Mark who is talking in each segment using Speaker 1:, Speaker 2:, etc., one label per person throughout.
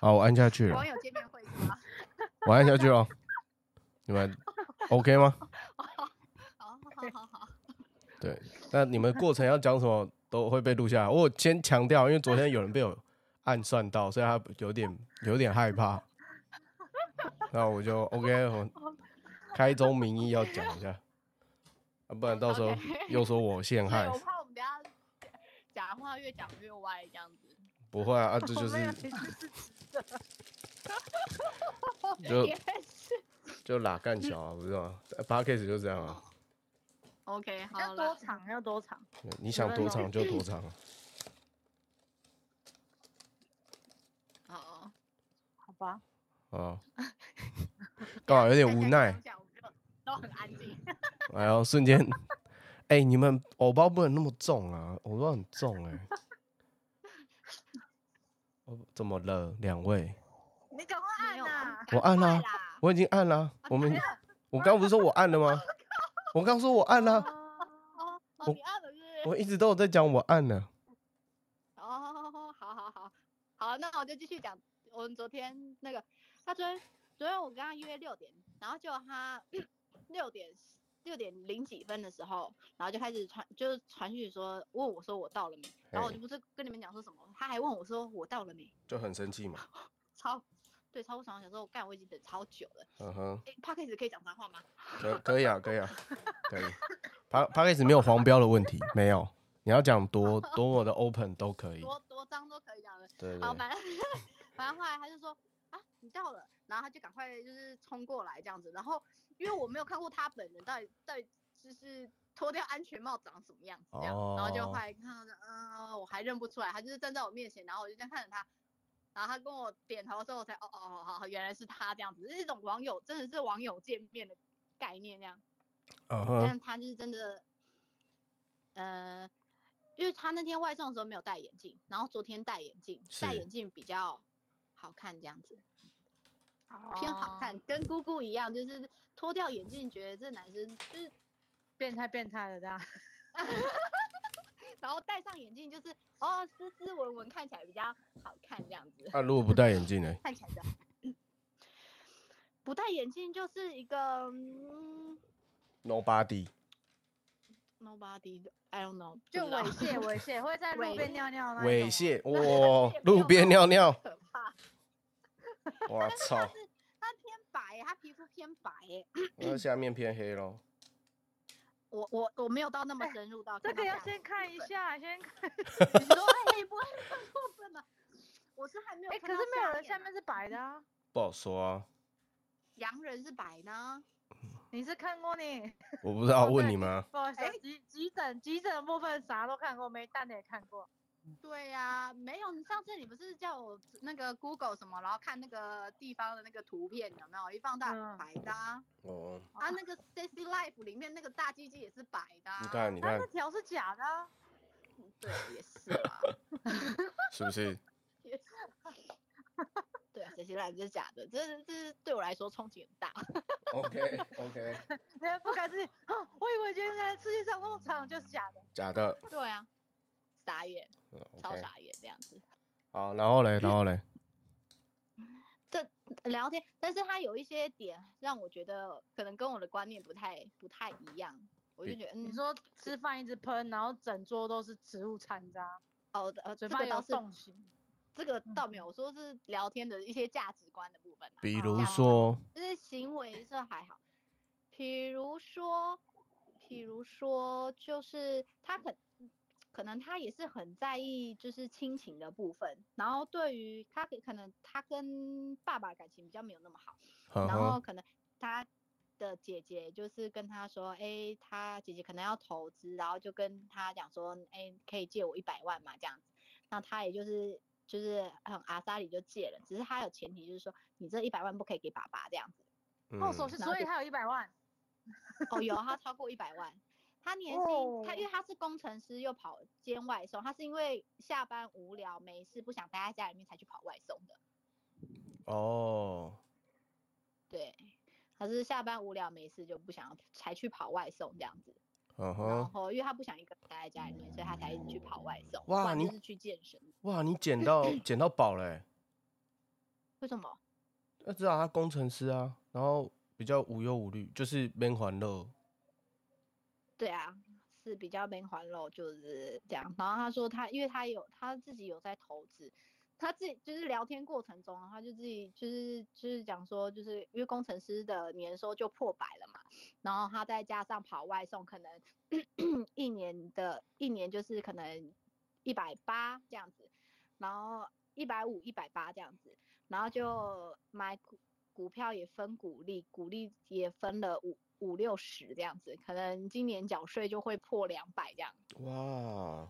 Speaker 1: 啊，我按下去了
Speaker 2: 网，友见面会是吗？
Speaker 1: 我按下去 了，你们 OK 吗？
Speaker 2: 哦好好好好，
Speaker 1: 对，那你们过程要讲什么都会被录下来。我有先强调，因为昨天有人被我暗算到，所以他有点有点害怕。那我 就 OK，我开宗明义要讲一下，啊、不然到时候
Speaker 2: OK
Speaker 1: 又说我陷害
Speaker 2: 对，我。怕我们等下讲话越讲越歪这样子。
Speaker 1: 不会啊，啊这 就是
Speaker 3: 其实是指
Speaker 1: 就
Speaker 2: 也是
Speaker 1: 就拉干小啊，不是吗 p a c k a g e 就这样啊，
Speaker 2: OK，好
Speaker 3: 要多
Speaker 2: 了，
Speaker 3: 长要多长，
Speaker 2: 哦
Speaker 1: 你想多长就多 长啊。
Speaker 3: 哦
Speaker 2: 好，
Speaker 3: 好吧？
Speaker 1: 啊，刚好有点无奈。
Speaker 2: 看起来好像我们都都很安静。
Speaker 1: 哎呦，瞬间， 哎、你们藕包不能那么重啊，藕包很重哎、哦怎么了，两位？
Speaker 3: 你赶快按呐、
Speaker 1: 我按啊啦
Speaker 2: 啦，
Speaker 1: 我已经按啦，我
Speaker 2: 哎
Speaker 1: 们，我刚不是说我按了吗？我刚说我按啦，
Speaker 2: 哦
Speaker 1: 我
Speaker 2: 哦，你按了是不是？
Speaker 1: 我一直都有在讲我按了。
Speaker 2: 哦，好好好，好，那我就继续讲。我们昨天那个，他昨天昨天我跟他约六点，然后结果他 六点六点零几分的时候，然后就开始传，就是传讯说问我说我到了没，然后我
Speaker 1: 嘿
Speaker 2: 就不是跟你们讲说什么，他还问我说我到了没，
Speaker 1: 哎就很生气嘛，
Speaker 2: 超对超不爽，想说我干我已经等超久了，
Speaker 1: 嗯哼，
Speaker 2: 哎 p a c k a g e 可以讲脏话吗？
Speaker 1: 可可以啊，可以啊，可以。p a p a 没有黄标的问 题，没有，你要讲多多么的 open 都可以。
Speaker 2: 多多脏都可以讲的，
Speaker 1: 嗯对
Speaker 2: 好，
Speaker 1: 对，
Speaker 2: 反正 反正后来他就说啊，你到了，然后他就赶快就是冲过来这样子，然后因为我没有看过他本人到底到底就是脱掉安全帽长什么样子这样，然后就
Speaker 1: 哦
Speaker 2: 后来看到的，嗯、我还认不出来，他就是站在我面前，然后我就这样看着他。然后他跟我点头之后，我才哦哦哦，好，好原来是他这样子，是一种网友，真的是网友见面的概念那样。
Speaker 1: 嗯
Speaker 2: 但
Speaker 1: 哼，
Speaker 2: 是他就是真的，呃，因为他那天外送的时候没有戴眼镜，然后昨天戴眼镜，戴
Speaker 1: 是
Speaker 2: 眼镜比较好看，这样子
Speaker 3: 啊，
Speaker 2: 偏好看，跟姑姑一样，就是脱掉眼镜，觉得这男生就是，
Speaker 3: 变态变态的这样，
Speaker 2: 然后戴上眼镜就是哦，斯斯文文，看起来比较好看，这样子
Speaker 1: 那、啊如果不戴眼镜呢？
Speaker 2: 看起来的。不戴眼镜就是一个嗯
Speaker 1: Nobody，
Speaker 2: ，nobody，I don't know，
Speaker 3: 就
Speaker 2: 我
Speaker 3: 猥亵猥亵，会在路边尿
Speaker 2: 哎
Speaker 3: 尿的那一
Speaker 1: 猥
Speaker 3: 种吗，
Speaker 1: 亵，哇，哦路边尿 尿，
Speaker 2: 可怕。
Speaker 1: 我
Speaker 2: 但是他
Speaker 1: 操，
Speaker 2: 是他偏白，他皮肤偏白耶。
Speaker 1: 那下面偏黑咯。
Speaker 2: 我我我没有到那么深入到
Speaker 3: 哎这
Speaker 2: 看到
Speaker 3: 个要
Speaker 2: 样
Speaker 3: 先
Speaker 2: 子
Speaker 3: 看
Speaker 2: 部
Speaker 3: 一
Speaker 2: 分。
Speaker 3: 下，先看。
Speaker 2: 你 说哎，不会看过分吗？我是还没有
Speaker 3: 哎、
Speaker 2: 看
Speaker 3: 可
Speaker 2: 到。
Speaker 3: 是没有人下
Speaker 2: 下
Speaker 3: 面是白的啊，
Speaker 1: 不好说啊，
Speaker 2: 洋人是白呢。
Speaker 3: 你是看过你？
Speaker 1: 我不知道
Speaker 3: 哦
Speaker 1: 问
Speaker 3: 对
Speaker 1: 你们 啊。
Speaker 3: 不好意思
Speaker 2: 哎，
Speaker 3: 急急诊急诊的部分啥都看过，没蛋的也看过。
Speaker 2: 对呀、没有。你上次你不是叫我那个 Google 什么，然后看那个地方的那个图片有没有？一放大
Speaker 3: 嗯
Speaker 2: 白的啊，
Speaker 1: 哦，
Speaker 2: 啊那个 Stacy Life 里面那个大鸡鸡也是白的、啊。
Speaker 1: 你，看，你
Speaker 3: 他
Speaker 1: 看
Speaker 3: 那，条是假的啊、
Speaker 2: 对，也是啊。
Speaker 1: 是不 是？
Speaker 2: 对啊，Stacy Life 是假的，这这是对我来说冲击很 大。
Speaker 1: OK OK，
Speaker 3: 你还不敢自信，哦我以为今天世界上那么长就是假的。
Speaker 1: 假的。
Speaker 2: 对啊，傻眼，
Speaker 1: 嗯
Speaker 2: 超
Speaker 1: OK，
Speaker 2: 傻眼这样子。
Speaker 1: 好，然后嘞，然后 嘞，
Speaker 2: 聊天，但是他有一些点让我觉得可能跟我的观念不太不太一样，我就
Speaker 1: 比
Speaker 2: 觉得
Speaker 3: 你
Speaker 2: 嗯
Speaker 3: 说吃饭一直喷，然后整桌都是植物残渣，
Speaker 2: 哦呃这
Speaker 3: 嘴巴嗯
Speaker 2: 个
Speaker 3: 有
Speaker 2: 倒是
Speaker 3: 洞形。
Speaker 2: 这个倒没有，我说是聊天的一些价值观的部分、啊，
Speaker 1: 比
Speaker 3: 好
Speaker 1: 如
Speaker 2: 这样
Speaker 1: 说，
Speaker 2: 就是行为是还好，比如说比如说就是他可可能他也是很在意就是亲情的部分，然后对于他可可能他跟爸爸感情比较没有那么好。
Speaker 1: 呵
Speaker 2: 然后
Speaker 1: 呵，
Speaker 2: 可能他的姐姐就是跟他说，哎、他姐姐可能要投资，然后就跟他讲说，哎、可以借我一百万嘛，这样子。那他也就是就是很阿莎里就借了，只是他有前提就是说，你这一百万不可以给爸爸这样子。
Speaker 3: 哦，所
Speaker 1: 嗯，
Speaker 3: 以
Speaker 2: 然后
Speaker 3: 所以
Speaker 2: 就
Speaker 3: 他有一百万，
Speaker 2: 哦，有他超过一百万。他年薪，他因为他是工程师，又跑兼外送，他是因为下班无聊没事不想待在家里面才去跑外送的。
Speaker 1: 哦，
Speaker 2: 对，他是下班无聊没事就不想要才去跑外送这样子。
Speaker 1: 嗯
Speaker 2: 然
Speaker 1: 哼，
Speaker 2: 后因为他不想一个人待在家里面，所以他才一直去跑外送，
Speaker 1: 哇
Speaker 2: 不然
Speaker 1: 你
Speaker 2: 就是去健身。
Speaker 1: 哇，你捡到捡到宝嘞！
Speaker 2: 为什么？
Speaker 1: 那至少他工程师啊，然后比较无忧无虑，就是边环乐。
Speaker 2: 对啊，是比较没环喽，就是这样。然后他说他，因为他有他自己有在投资，他自己就是聊天过程中，啊他就自己就是就是讲说，就是因为工程师的年收就破百了嘛，然后他再加上跑外送，可能 一年的一年就是可能一百八这样子，然后一百五、一百八这样子，然后就买股股票也分股利，股利也分了五五六十这样子，可能今年缴税就会破两百这样。
Speaker 1: 哇，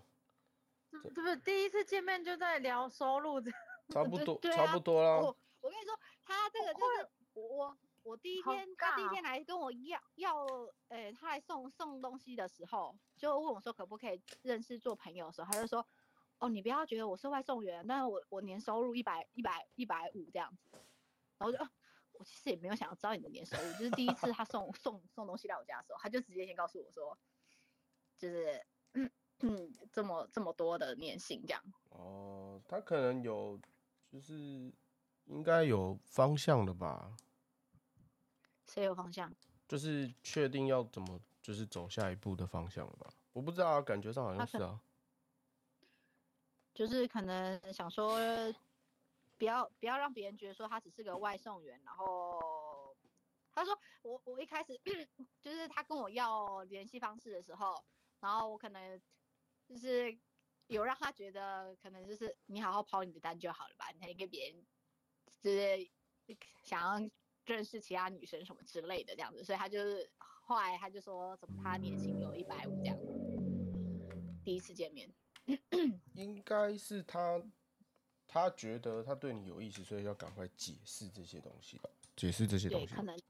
Speaker 3: 这不是第一次见面就在聊收入，这
Speaker 1: 差不
Speaker 2: 对
Speaker 1: 多，
Speaker 2: 对
Speaker 1: 差
Speaker 2: 啊
Speaker 1: 不多啦
Speaker 2: 我。我跟你说，他这个就是我我第一
Speaker 3: 好
Speaker 2: 天他第一
Speaker 3: 尬
Speaker 2: 天来跟我要要，呃、他来送送东西的时候，就问我说可不可以认识做朋友的时候，他就说。哦，你不要觉得我是外送员，但是我我年收入一百一百一百五这样子，然后我就、啊，我其实也没有想要知道你的年收入，就是第一次他送 送送东西来我家的时候，他就直接先告诉我说，就是嗯嗯这么这么多的年薪这样，
Speaker 1: 哦，他可能有，就是应该有方向的吧，
Speaker 2: 谁有方向？
Speaker 1: 就是确定要怎么，就是走下一步的方向了吧。我不知道啊，感觉上好
Speaker 2: 他
Speaker 1: 像
Speaker 2: 可
Speaker 1: 是啊。
Speaker 2: 就是可能想说，不要不要让别人觉得说他只是个外送员。然后他说我我一开始 就是他跟我要联系方式的时候，然后我可能就是有让他觉得可能就是你好好跑你的单就好了吧，你可以跟别人就是想要认识其他女生什么之类的这样子，所以他就是后来他就说怎么他年薪有一百五这样，第一次见面。
Speaker 1: 应该是他，他觉得他对你有意思，所以要赶快解释这些东西吧。解释这些
Speaker 2: 对，
Speaker 1: 东西
Speaker 2: 可。能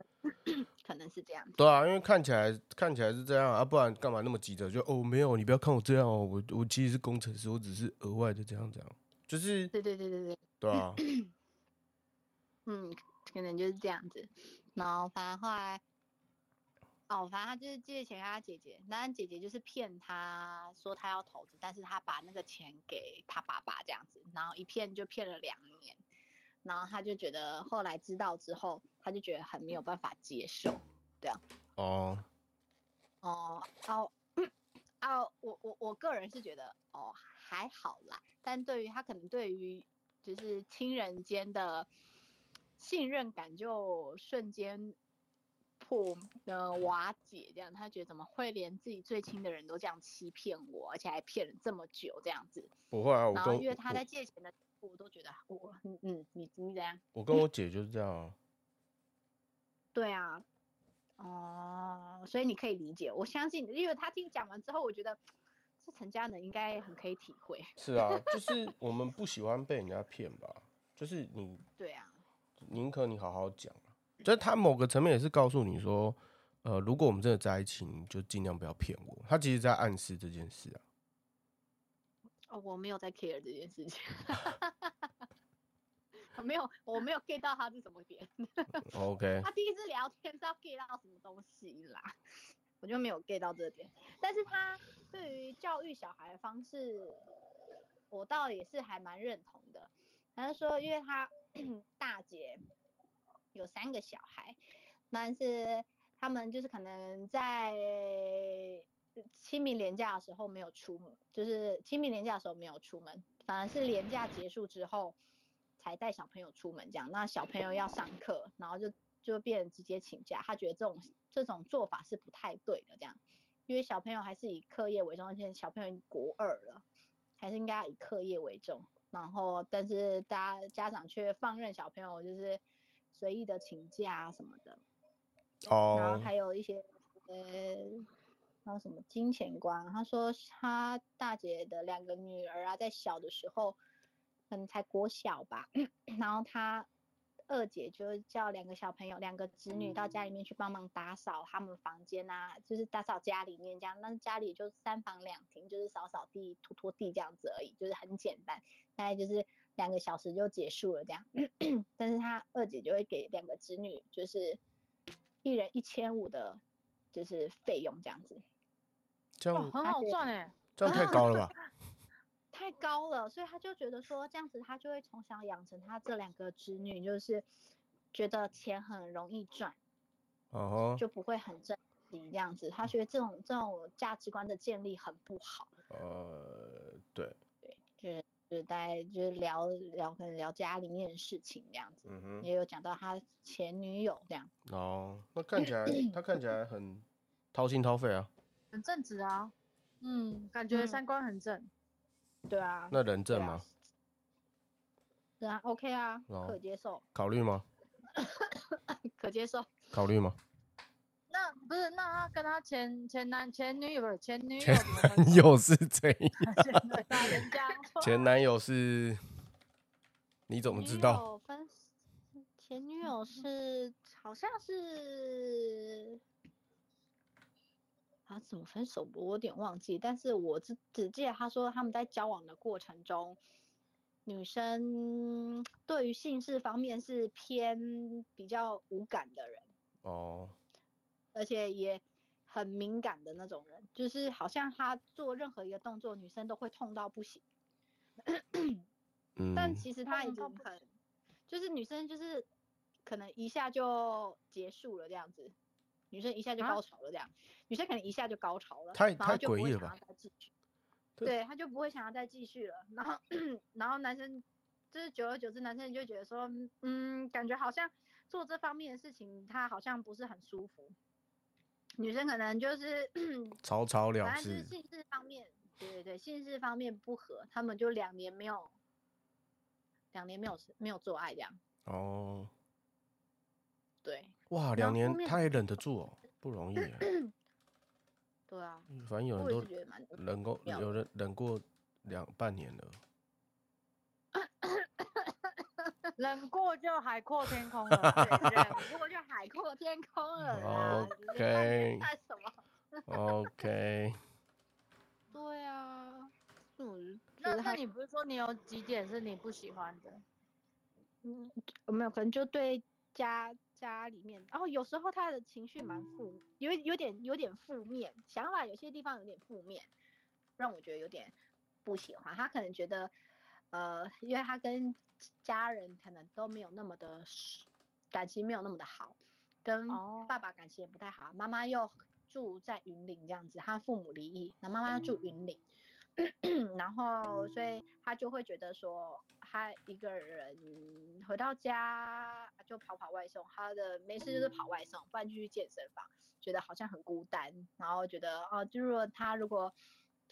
Speaker 2: 可能是这样子。
Speaker 1: 对啊，因为看起来看起来是这样啊，不然干嘛那么急着？就哦，没有，你不要看我这样哦，我我其实是工程师，我只是额外的这样这样，就是
Speaker 2: 对对对对对，
Speaker 1: 对啊，
Speaker 2: 嗯，可能就是这样子。然后反正后来，哦，反正他就是借钱给他姐姐，但姐姐就是骗他说他要投资，但是他把那个钱给他爸爸这样子，然后一骗就骗了两年。然后他就觉得后来知道之后，他就觉得很没有办法接受。
Speaker 1: 哦，
Speaker 2: 哦哦哦，我我我个人是觉得哦还好啦，但对于他可能对于就是亲人间的信任感就瞬间破呃瓦解，这样他觉得怎么会连自己最亲的人都这样欺骗我，而且还骗了这么久这样子，
Speaker 1: 不会啊，我跟
Speaker 2: 然后
Speaker 1: 我
Speaker 2: 因为他在借钱的时候，我都觉得我嗯嗯你你怎样？
Speaker 1: 我跟我姐就是这样啊，
Speaker 2: 对啊，哦，所以你可以理解，我相信，因为他听讲完之后，我觉得这陈家人应该很可以体会。
Speaker 1: 是啊，就是我们不喜欢被人家骗吧，就是你
Speaker 2: 对啊，
Speaker 1: 宁可你好好讲啊，就是他某个层面也是告诉你说，呃，如果我们真的在一起，你就尽量不要骗我，他其实在暗示这件事啊，
Speaker 2: 哦，我没有在 care 这件事情，我 没有，我没有 get 到他是什么点。
Speaker 1: OK，
Speaker 2: 他第一次聊天是要 get 到什么东西啦，我就没有 get 到这点。但是他对于教育小孩的方式，我倒也是还蛮认同的。他就说，因为他 大姐有三个小孩，但是他们就是可能在清明连假的时候没有出门，就是清明连假的时候没有出门，反而是连假结束之后才带小朋友出门这样。那小朋友要上课，然后就就变成直接请假，他觉得这种这种做法是不太对的这样，因为小朋友还是以课业为重，而且小朋友已经国二了，还是应该要以课业为重。然后，但是大家家长却放任小朋友就是随意的请假啊什么的。然后
Speaker 1: 哦，
Speaker 2: 还有一些呃，还有什么金钱观。他说他大姐的两个女儿啊，在小的时候，可能才国小吧， 然后他二姐就叫两个小朋友，两个侄女到家里面去帮忙打扫他们房间啊，就是打扫家里面这样。但是家里就三房两厅，就是扫扫地、拖拖地这样子而已，就是很简单，大概就是两个小时就结束了这样。但是他二姐就会给两个侄女，就是一人一千五的，就是费用这样子。
Speaker 1: 这
Speaker 3: 哇，
Speaker 1: 样
Speaker 3: 很好赚哎、
Speaker 1: 这样太高了吧？
Speaker 2: 太高了，所以他就觉得说这样子，他就会从小养成他这两个侄女，就是觉得钱很容易赚，
Speaker 1: 哦
Speaker 2: 就不会很珍惜这样子。他觉得这种这种价值观的建立很不好，
Speaker 1: 吼，呃，对，
Speaker 2: 就是就是大概就是聊聊可能聊家里面的事情这样子，
Speaker 1: 嗯哼，
Speaker 2: 也有讲到他前女友这样，
Speaker 1: 哦，那看起来他看起来很掏心掏肺啊，
Speaker 3: 很正直啊，嗯，感觉
Speaker 2: 嗯
Speaker 3: 三观很正，
Speaker 2: 对啊，
Speaker 1: 那人
Speaker 2: 对
Speaker 1: 证吗
Speaker 2: 啊？，对啊，OK 啊，
Speaker 1: 哦
Speaker 2: 可接受，
Speaker 1: 考虑吗？
Speaker 2: 可接受。
Speaker 1: 考虑吗？
Speaker 3: 那不是那他跟他前前男前女友不是前女友
Speaker 1: 前
Speaker 3: 怎么分手
Speaker 1: 又是怎样？
Speaker 3: 前 男友人家 说
Speaker 1: 前男友是？你怎么
Speaker 2: 女
Speaker 1: 知道？
Speaker 2: 友分前女友是好像是啊怎么分手我有点忘记，但是我只只记得他说他们在交往的过程中，女生对于性事方面是偏比较无感的人，
Speaker 1: 哦，
Speaker 2: 而且也。很敏感的那种人，就是好像他做任何一个动作，女生都会痛到不行。
Speaker 1: 嗯，
Speaker 2: 但其实他已
Speaker 3: 痛到
Speaker 2: 经
Speaker 3: 不
Speaker 2: 很，就是女生就是可能一下就结束了这样子，女生一下就
Speaker 3: 啊
Speaker 2: 高潮了这样，女生可能一下就高潮了，
Speaker 1: 太
Speaker 2: 然后
Speaker 1: 太
Speaker 2: 就不
Speaker 1: 诡
Speaker 2: 会
Speaker 1: 异了
Speaker 2: 想
Speaker 1: 吧
Speaker 2: 要再继续，
Speaker 1: 对
Speaker 2: 对，他就不会想要再继续了，然后 然后男生就是久而久之，男生就觉得说，嗯，感觉好像做这方面的事情他好像不是很舒服，女生可能就是
Speaker 1: 草草了
Speaker 2: 反正就是
Speaker 1: 事，
Speaker 2: 性事方面，对对对，性事方面不合，他们就两年没有，两年没有没有做爱这样。
Speaker 1: 哦，
Speaker 2: 对
Speaker 1: 哇，
Speaker 2: 然
Speaker 1: 两
Speaker 2: 后
Speaker 1: 年
Speaker 2: 面
Speaker 1: 他也忍得住哦，不容易 啊。
Speaker 2: 对啊，
Speaker 1: 反正有人
Speaker 2: 我也
Speaker 1: 都
Speaker 2: 是觉得蛮
Speaker 1: 忍过，
Speaker 2: 妙
Speaker 1: 有人忍过两半年了。
Speaker 3: 忍过就海阔天空了， 对
Speaker 2: 对，不过就海阔天空了啦。你
Speaker 1: 哦 OK
Speaker 2: 在那边干什么？
Speaker 1: OK，
Speaker 2: 对啊，嗯，
Speaker 3: 那
Speaker 2: 就是
Speaker 3: 那
Speaker 2: 他
Speaker 3: 你不是说你有几点是你不喜欢的？
Speaker 2: 嗯，我没有，可能就对家家里面，然后有时候他的情绪蛮负，有有点有点负面，想法有些地方有点负面，让我觉得有点不喜欢。他可能觉得，呃，因为他跟家人可能都没有那么的熟感情没有那么的好，跟
Speaker 3: 哦
Speaker 2: 爸爸感情也不太好，妈妈又住在云林这样子，他父母离异，那妈妈又住云林。 然后，所以他就会觉得说，他一个人回到家就跑跑外送，他的没事就是跑外送，不然就去健身房，觉得好像很孤单，然后觉得哦，就如果他如果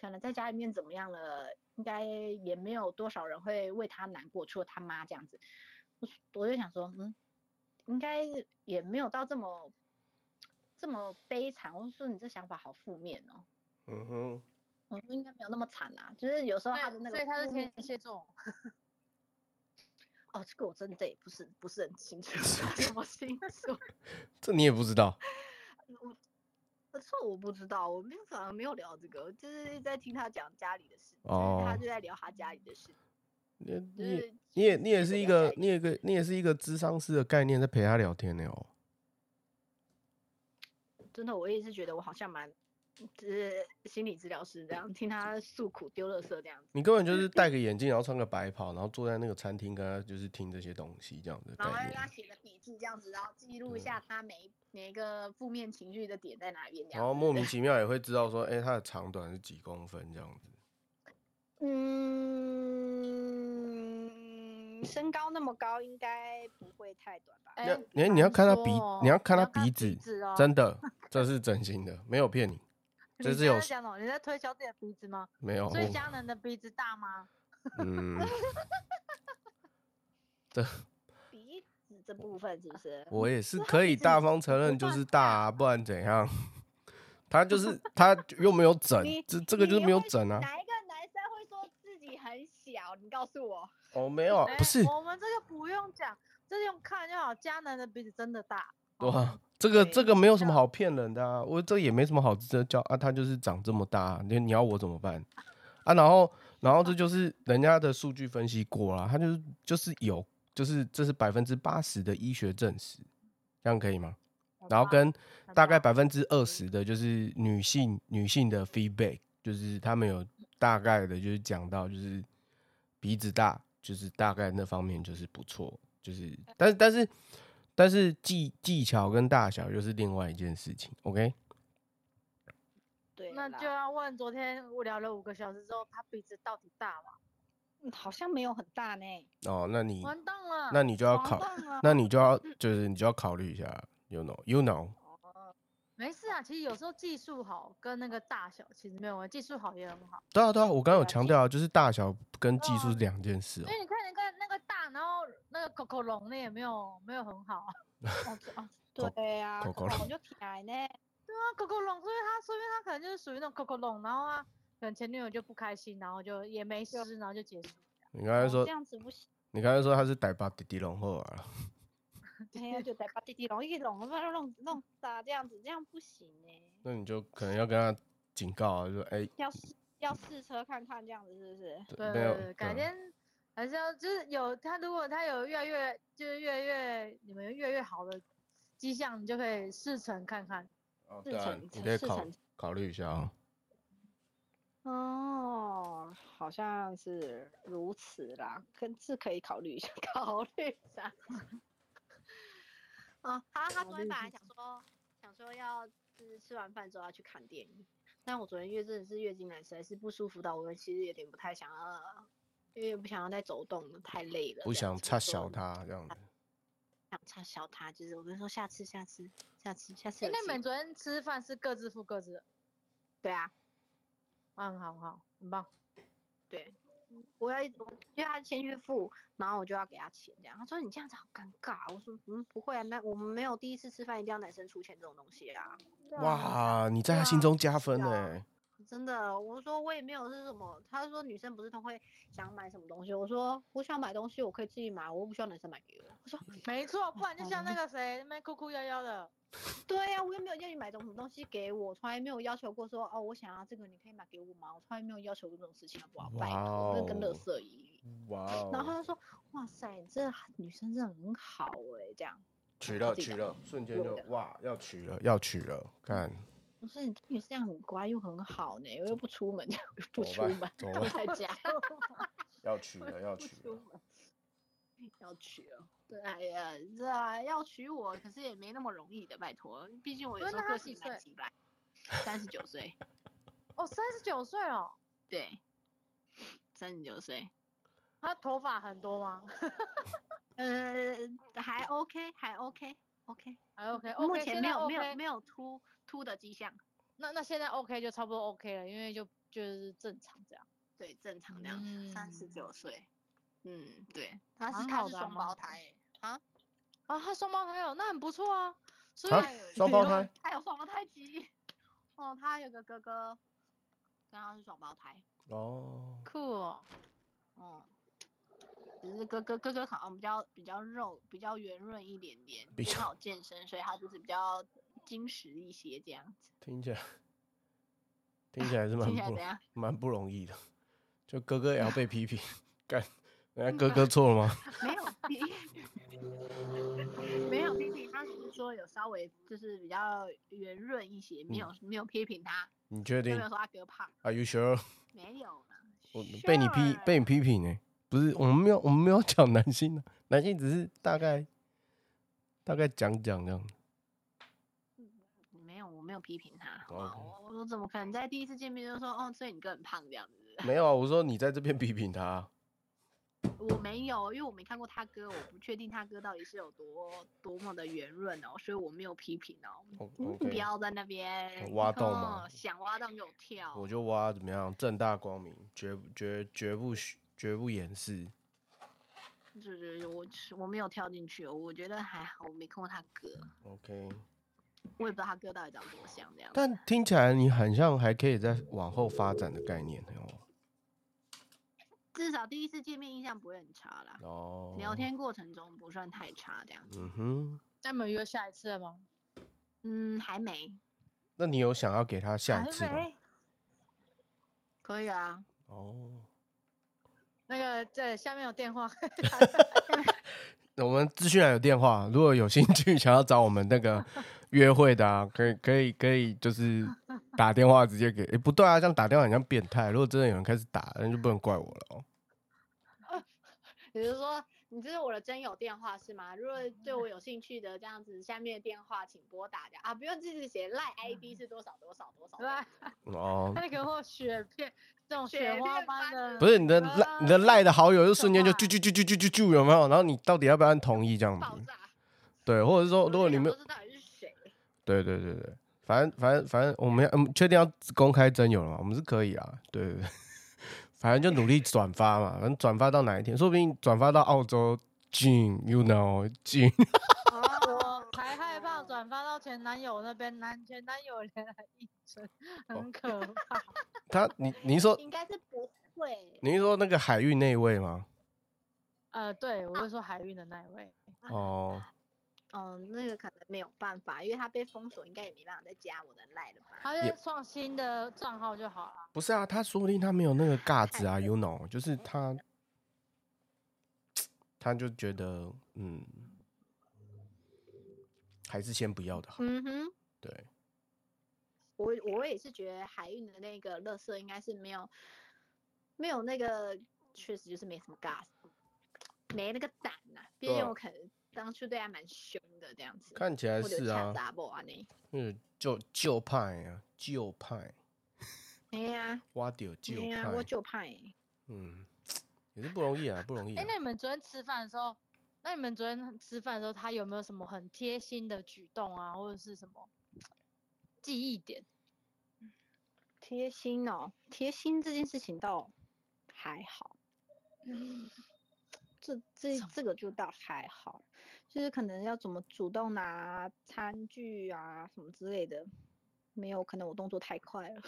Speaker 2: 可能在家里面怎么样了，应该也没有多少人会为他难过，除了他妈这样子。我我就想说，嗯，应该也没有到这么这么悲惨。我就说你这想法好负面哦。
Speaker 1: 嗯哼，
Speaker 2: 我说应该没有那么惨啊，就是有时候他的那个
Speaker 3: 所以他是
Speaker 2: 负
Speaker 3: 天
Speaker 2: 面
Speaker 3: 蝎座，
Speaker 2: 哦，这个我真的也不是不是很清 楚什么星座，
Speaker 1: 这你也不知道
Speaker 2: 可是我不知道，我们好像没有聊这个，就是在听他讲家里的事，就是
Speaker 1: 哦
Speaker 2: 他。就在聊他家里的事，
Speaker 1: 你
Speaker 2: 就
Speaker 1: 你也
Speaker 2: 是
Speaker 1: 你也你也是一个
Speaker 2: 家
Speaker 1: 你也个你也是一个智商师的概念在陪他聊天呢哦。
Speaker 2: 真的我也是觉得我好像蛮就是心理治疗师这样听他诉苦丢垃圾这样子，
Speaker 1: 你根本就是戴个眼镜，然后穿个白袍，然后坐在那个餐厅，跟他就是听这些东西这样的
Speaker 2: 然后
Speaker 1: 概
Speaker 2: 让他
Speaker 1: 念。
Speaker 2: 写个笔记这样子，然后记录
Speaker 1: 嗯
Speaker 2: 一下他每每一个负面情绪的点在哪边这样
Speaker 1: 然后
Speaker 2: 子
Speaker 1: 莫 名其妙也会知道说，哎，他的长短是几公分这样子。
Speaker 2: 嗯，身高那么高，应该不会太短吧？
Speaker 3: 哎
Speaker 1: 那你你要看他鼻
Speaker 3: 难说哦，
Speaker 1: 你要看他鼻
Speaker 3: 鼻
Speaker 1: 子，
Speaker 3: 哦。
Speaker 1: 真的，这是真心的，没有骗你，
Speaker 3: 你
Speaker 1: 这
Speaker 3: 刚
Speaker 1: 是有哦
Speaker 3: 刚讲什么？你在推销自己的鼻子吗？
Speaker 1: 没有。
Speaker 3: 所以佳能的鼻子大吗？
Speaker 1: 嗯，
Speaker 2: 鼻子这部分是不是？
Speaker 1: 我也是
Speaker 2: 那他
Speaker 1: 可
Speaker 2: 鼻
Speaker 1: 以
Speaker 2: 子
Speaker 1: 大
Speaker 2: 不
Speaker 1: 方承认，
Speaker 2: 不
Speaker 1: 就
Speaker 2: 算
Speaker 1: 是大、啊，不然怎样？ 他就是他又没有整
Speaker 2: 你，
Speaker 1: 这这个就是
Speaker 2: 你
Speaker 1: 没有
Speaker 2: 会
Speaker 1: 整啊。
Speaker 2: 哪一个男生会说自己很小？你告诉我，
Speaker 1: 哦，没有啊，
Speaker 3: 哎
Speaker 1: 不是，
Speaker 3: 我们这个不用讲，这用看就好。佳能的鼻子真的大，
Speaker 1: 哇，啊这个这
Speaker 2: 对
Speaker 1: 个没有什么好骗人的啊，我这也没什么好值得教啊，他就是长这么大，啊你你要我怎么办啊？然后然后这就是人家的数据分析过啦，他就是就是有就是这是百分之八十的医学证实，这样可以吗？
Speaker 3: 很
Speaker 1: 然后
Speaker 3: 大
Speaker 1: 跟
Speaker 3: 很
Speaker 1: 大概
Speaker 3: 大
Speaker 1: 百分之二十的就是女性女性的 feedback，就是他们有大概的就是讲到就是鼻子大，就是大概那方面就是不错，就是
Speaker 3: 呃
Speaker 1: 但是但是但是技技巧跟大小又是另外一件事情，OK？
Speaker 2: 对啦，
Speaker 3: 那就要问昨天我聊了五个小时之后，他鼻子到底大吗？
Speaker 2: 嗯好像没有很大呢。
Speaker 1: 哦，那你
Speaker 3: 完嗯蛋了，
Speaker 1: 那你就要
Speaker 2: 黄
Speaker 1: 考，
Speaker 2: 棒啊
Speaker 1: 那你就要就是你就要考虑一下，you know，you know，
Speaker 3: 没事啊。其实有时候技术好跟那个大小其实没有关系，技术好也很好。
Speaker 1: 对啊对啊，我刚刚有
Speaker 2: 对啊
Speaker 1: 强
Speaker 2: 技
Speaker 1: 调啊，就是大小跟技术
Speaker 3: 哦
Speaker 1: 是两件事哦
Speaker 3: 因。为你看那个那个大，然后那个狗狗笼那也没有没有很好啊。
Speaker 2: 哦这哦对呀、啊，
Speaker 1: 狗狗
Speaker 2: 可
Speaker 1: 了
Speaker 2: 能就起来呢。
Speaker 3: 对啊，狗狗笼，所以他说明他可能就是属于那种狗狗笼，然后啊，可能前女友就不开心，然后就也没
Speaker 2: 就
Speaker 3: 事，然后就结束。
Speaker 1: 你刚才
Speaker 2: 哦
Speaker 1: 说
Speaker 2: 这，样子不行，
Speaker 1: 你刚才说他是逮把弟弟龙后啊，
Speaker 2: 哎呀，就得把弟弟弄一弄，把它弄弄大这样子，这样不行呢。
Speaker 1: 那你就可能要跟他警告啊，就说哎，
Speaker 2: 要试要试车看看，这样子是不是？
Speaker 1: 这
Speaker 3: 对
Speaker 1: 没有
Speaker 3: 对，对，改
Speaker 1: 对啊
Speaker 3: 天还是要就是有他，如果他有越来越就是越来越你们越来越好的迹象，你就可以试乘看看。
Speaker 1: 哦
Speaker 2: 自
Speaker 1: 对啊
Speaker 2: 成
Speaker 1: 你可以
Speaker 2: 自
Speaker 1: 考
Speaker 2: 成
Speaker 1: 考虑一下啊。
Speaker 2: 哦，好像是如此啦，可是可以考虑一 下，考虑一下。哦，他他
Speaker 3: 考
Speaker 2: 昨天
Speaker 3: 虑
Speaker 2: 本
Speaker 3: 自
Speaker 2: 来想说想说要就是吃完饭之后要去看电影，但我昨天月真的是月经来，实在是不舒服到我其实有点不太想要，因为不想要再走动了，太累了这样子，
Speaker 1: 不想插小
Speaker 2: 他，
Speaker 1: 他这样子。
Speaker 2: 想插小他，就是我跟你说下次下次下次下次
Speaker 3: 哎
Speaker 2: 有，
Speaker 3: 那
Speaker 2: 机
Speaker 3: 你们
Speaker 2: 会
Speaker 3: 昨天吃饭是各自付各自的，
Speaker 2: 对啊，
Speaker 3: 啊，很好很好，很棒。
Speaker 2: 对，我要一直，因为他先去付，然后我就要给他钱，这样。他说你这样子好尴尬。我说嗯，不会啊，那我们没有第一次吃饭一定要男生出钱这种东西啊，
Speaker 1: 哇，你在
Speaker 2: 对
Speaker 1: 他心
Speaker 2: 啊
Speaker 1: 中加分欸
Speaker 2: 啊
Speaker 1: 呢、
Speaker 2: 真的。我说我也没有是什么，他说女生不是都会想买什么东西，我说我想买东西我可以自己买，我又不需要男生买给我。 我说
Speaker 3: 没错，不然就
Speaker 2: 嗯好
Speaker 3: 像
Speaker 2: 的
Speaker 3: 那个谁那边哭哭幺幺的，
Speaker 2: 对啊呀、我又没有叫你买什么东西给我，从来没有要求过说哦我想要这个你可以买给我吗？我从来没有要求过这种事情，好不好？拜托，那跟
Speaker 1: 哇
Speaker 2: 垃
Speaker 1: 哦
Speaker 2: 圾一样。
Speaker 1: 哇哦
Speaker 2: 然后他就说哇塞，你这女生真的很好哎、这样。
Speaker 1: 取
Speaker 2: 他
Speaker 1: 了
Speaker 2: 自己
Speaker 1: 取
Speaker 2: 讲
Speaker 1: 了，瞬间
Speaker 2: 我
Speaker 1: 就
Speaker 2: 的
Speaker 1: 哇，要取了要取了，看
Speaker 2: 不是，你这样很乖又很好呢，我又不出门，
Speaker 1: 怎
Speaker 2: 我又不
Speaker 1: 么
Speaker 2: 出
Speaker 1: 办
Speaker 2: 门，
Speaker 1: 怎么
Speaker 2: 都
Speaker 1: 办
Speaker 2: 在家，
Speaker 1: 要取
Speaker 2: 我
Speaker 1: 了
Speaker 2: 又
Speaker 1: 要
Speaker 2: 不
Speaker 1: 取
Speaker 2: 出
Speaker 1: 了，
Speaker 2: 门，要娶哦。对，哎呀，这啊要娶我，可是也没那么容易的，拜托，毕竟我有时
Speaker 3: 不是
Speaker 2: 候
Speaker 3: 那
Speaker 2: 个
Speaker 3: 他
Speaker 2: 性
Speaker 3: 几
Speaker 2: 蛮急吧，三十九岁，
Speaker 3: 哦，三十九岁哦，
Speaker 2: 对，三十九岁，
Speaker 3: 他头发很多吗？
Speaker 2: 呃，还 OK，还 OK，OK，、
Speaker 3: 还 OK，
Speaker 2: 目
Speaker 3: OK，
Speaker 2: 前
Speaker 3: 现
Speaker 2: 没
Speaker 3: 在
Speaker 2: 有、没
Speaker 3: OK
Speaker 2: 有没有秃秃的迹象，
Speaker 3: 那那现在 OK 就差不多 OK 了，因为就就是正常这样。
Speaker 2: 对，正常这样。
Speaker 3: 嗯
Speaker 2: 三十九岁，嗯，对，他
Speaker 3: 蛮
Speaker 2: 是他
Speaker 3: 好
Speaker 2: 是
Speaker 3: 的啊
Speaker 2: 双
Speaker 3: 蛮
Speaker 2: 胞
Speaker 3: 好
Speaker 2: 胎欸，啊，
Speaker 3: 啊，他双胞胎哦，那很不错啊。所
Speaker 1: 啊
Speaker 3: 以
Speaker 1: 双胞胎，
Speaker 2: 欸他有双胞胎基，哦，他有个哥哥，跟他是双胞胎，
Speaker 1: 哦，
Speaker 3: 酷哦，
Speaker 2: 嗯，只是哥哥哥哥好像比较比较肉，比较圆润一点点，
Speaker 1: 比较
Speaker 2: 很好健身，所以他就是比较精实一些这样子，
Speaker 1: 听 起来听起来是蛮
Speaker 2: 听起来
Speaker 1: 不
Speaker 2: 怎样？
Speaker 1: 蛮不容易的，就哥哥也要 被批评，干人家哥哥错了吗？
Speaker 2: 没有批， 没有批评，他只是说有稍微就是比较圆润一些，没有、
Speaker 1: 嗯
Speaker 2: 没有批评他，
Speaker 1: 你确
Speaker 2: 就
Speaker 1: 定
Speaker 2: 没有说他哥胖，
Speaker 1: ？Are you sure？
Speaker 2: 没有啦
Speaker 1: 我被你批
Speaker 2: Sure
Speaker 1: 被你批评呢、不是我们没有我们没有讲男性的、男性只是大概大概讲讲这样。
Speaker 2: 没有，我没有批评他。好
Speaker 1: 哦 OK
Speaker 2: 吗我我怎么可能在第一次见面就说哦，所以你哥很胖这样子？
Speaker 1: 没有啊，我说你在这边批评他啊，
Speaker 2: 我没有，因为我没看过他哥，我不确定他哥到底是有多多么的圆润哦，所以我没有批评哦
Speaker 1: 哦。
Speaker 2: 你
Speaker 1: OK
Speaker 2: 不要在那边
Speaker 1: 挖洞吗
Speaker 2: 嗯想挖洞给我跳。
Speaker 1: 我就挖怎么样，正大光明，绝不绝绝不虚绝不掩饰。
Speaker 2: 就是我我没有跳进去哦，我觉得还好，我没看过他哥，
Speaker 1: OK，
Speaker 2: 我也不知道他哥到底长多像这样子。
Speaker 1: 但听起来你很像还可以再往后发展的概念哦。
Speaker 2: 至少第一次见面印象不会很差啦，
Speaker 1: 哦，
Speaker 2: 聊，天过程中不算太差这样子。
Speaker 1: 嗯哼，
Speaker 3: 那你们约下一次了吗？
Speaker 2: 嗯，还没，
Speaker 1: 那你有想要给他下
Speaker 3: 还
Speaker 1: 一次吗？
Speaker 3: 没
Speaker 2: 可以啊。
Speaker 1: 哦，
Speaker 3: 那个在下面有电话，
Speaker 1: 嗯那我们资讯栏有电话， 如果有兴趣想要找我们那个约会的、啊，可以可以可以，就是打电话直接给，诶不对啊，这样打电话很像变态。如果真的有人开始打，那就不能怪我了哦。
Speaker 2: 比如说，你这是我的真友电话是吗？如果对我有兴趣的这样子，下面的电话请拨打这样啊，不用自己写赖 ID 是多少多少多少
Speaker 3: 对。吧？
Speaker 1: 哦，
Speaker 3: 那个或雪片这种
Speaker 2: 雪
Speaker 3: 雪花
Speaker 2: 片
Speaker 3: 般
Speaker 2: 般
Speaker 3: 的，
Speaker 1: 不是你的赖，你的赖的好友就瞬间就啾啾啾啾啾啾啾，有没有？然后你到底要不要按同意这样
Speaker 2: 爆
Speaker 1: 子？
Speaker 2: 炸！
Speaker 1: 对，或者是哦说，如果你没有
Speaker 2: 我，就想说这到底是谁？
Speaker 1: 对对对对，反正反正反正我们要，嗯，确定要公开真友了嘛？我们是可以啊，对对对， 反正就努力转发嘛，反正转发到哪一天，说不定转发到澳洲进，you know 进，
Speaker 2: 哦
Speaker 3: 我还害怕转发到前男友那边，男前男友连来应征，
Speaker 1: 哦
Speaker 3: 很可 怕。
Speaker 1: 他你你是说
Speaker 2: 应该是不 会。
Speaker 1: 你是说那个海域那一位吗？
Speaker 3: 呃，对，我就说海运的那一位，
Speaker 1: 哦，
Speaker 2: 嗯，那个可能没有办法，因为他被封锁，应该也没办法再加我的赖了吧？
Speaker 3: 他
Speaker 1: 也
Speaker 3: 就创新的账号就好了。
Speaker 1: 不是啊，他说不定他没有那个尬子啊，you know，就是他，他就觉得嗯，还是先不要的好，
Speaker 2: 嗯哼，
Speaker 1: 对。
Speaker 2: 我我也是觉得海运的那个乐色应该是没有没有那个，确实就是没什么 gas，没那个胆呐、毕
Speaker 1: 对
Speaker 2: 竟
Speaker 1: 啊
Speaker 2: 我可能当初对他蛮凶的这样子。
Speaker 1: 看起来
Speaker 2: 我就是
Speaker 1: 啊
Speaker 2: 掐，杂波啊你。
Speaker 1: 嗯，就旧派啊，旧派，
Speaker 2: 哎呀，
Speaker 1: 挖掉
Speaker 2: 哎
Speaker 1: 旧
Speaker 2: 呀，我
Speaker 1: 派，
Speaker 2: 就怕欸
Speaker 1: 嗯，也是不容易啊，不容易、
Speaker 3: 哎、
Speaker 1: 啊。
Speaker 3: 那你们昨天吃饭的时候，那你们昨天吃饭的时候，他有没有什么很贴心的举动啊，或者是什么记忆点？
Speaker 2: 贴心哦，贴心这件事情倒还好，嗯这这这个就倒还好，就是可能要怎么主动拿餐具啊什么之类的，没有，可能我动作太快了，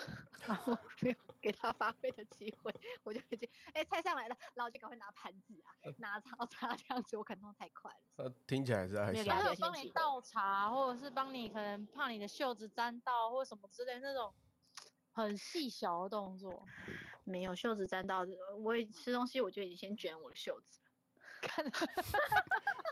Speaker 2: 我没有给他发挥的机会， 我就已经哎菜上来了，然后我就赶快拿盘子啊，拿叉叉这样子，我可能动作太快了。
Speaker 1: 那听起来是爱
Speaker 2: 没
Speaker 1: 心
Speaker 2: 有对
Speaker 3: 他
Speaker 2: 啊
Speaker 3: 有
Speaker 2: 贴心
Speaker 3: 帮
Speaker 2: 机
Speaker 3: 你
Speaker 2: 会
Speaker 3: 倒茶，或者是帮你可能怕你的袖子沾到，或什么之类那种很细小的动作。
Speaker 2: 没有袖子沾到的，我也吃东西我就已经先卷我的袖子。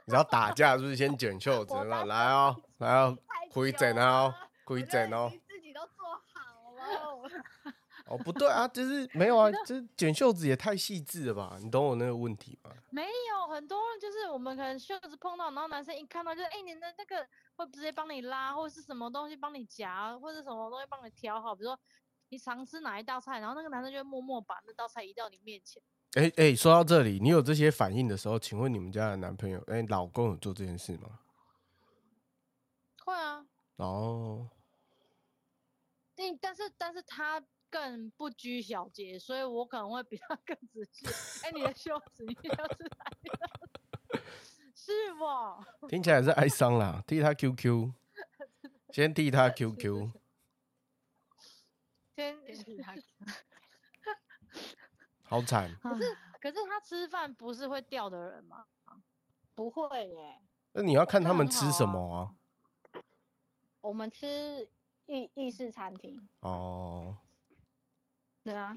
Speaker 1: 你要打架是不是先卷袖子？
Speaker 2: 我
Speaker 1: 然后
Speaker 2: 刚
Speaker 1: 来哦，来哦，
Speaker 2: 太
Speaker 1: 回
Speaker 2: 久
Speaker 1: 整啊哦
Speaker 2: 了，
Speaker 1: 回整
Speaker 2: 我
Speaker 1: 哦
Speaker 2: 都已。经自己都做好 了。
Speaker 1: 哦，不对啊，就是没有啊，就是卷袖子也太细致了吧？你懂我那个问题吗？
Speaker 3: 没有很多人就是我们可能袖子碰到，然后男生一看到就是哎、你的那个会直接帮你拉，或者是什么东西帮你夹，或者什么东西帮你调好，比如说你常吃哪一道菜，然后那个男生就会默默把那道菜移到你面前。
Speaker 1: 哎、哎、说到这里，你有这些反应的时候，请问你们家的男朋友哎、老公有做这件事吗？
Speaker 3: 会啊，
Speaker 1: 哦，
Speaker 3: 但但是但是他更不拘小节，所以我可能会比他更仔细。哎、你的袖子，你要是哪一道菜 是哦我。
Speaker 1: 听起来是哀伤啦，替他 QQ，先替他 QQ。
Speaker 3: 天，
Speaker 2: 啊
Speaker 1: 好惨！
Speaker 3: 可是可是他吃饭不是会掉的人吗？
Speaker 2: 不会耶，
Speaker 1: 那你要看他
Speaker 3: 那
Speaker 1: 们
Speaker 3: 很
Speaker 1: 吃
Speaker 3: 好
Speaker 1: 什
Speaker 3: 啊
Speaker 1: 么啊？
Speaker 2: 我们吃 意意式餐厅。
Speaker 1: 哦，
Speaker 2: 对啊，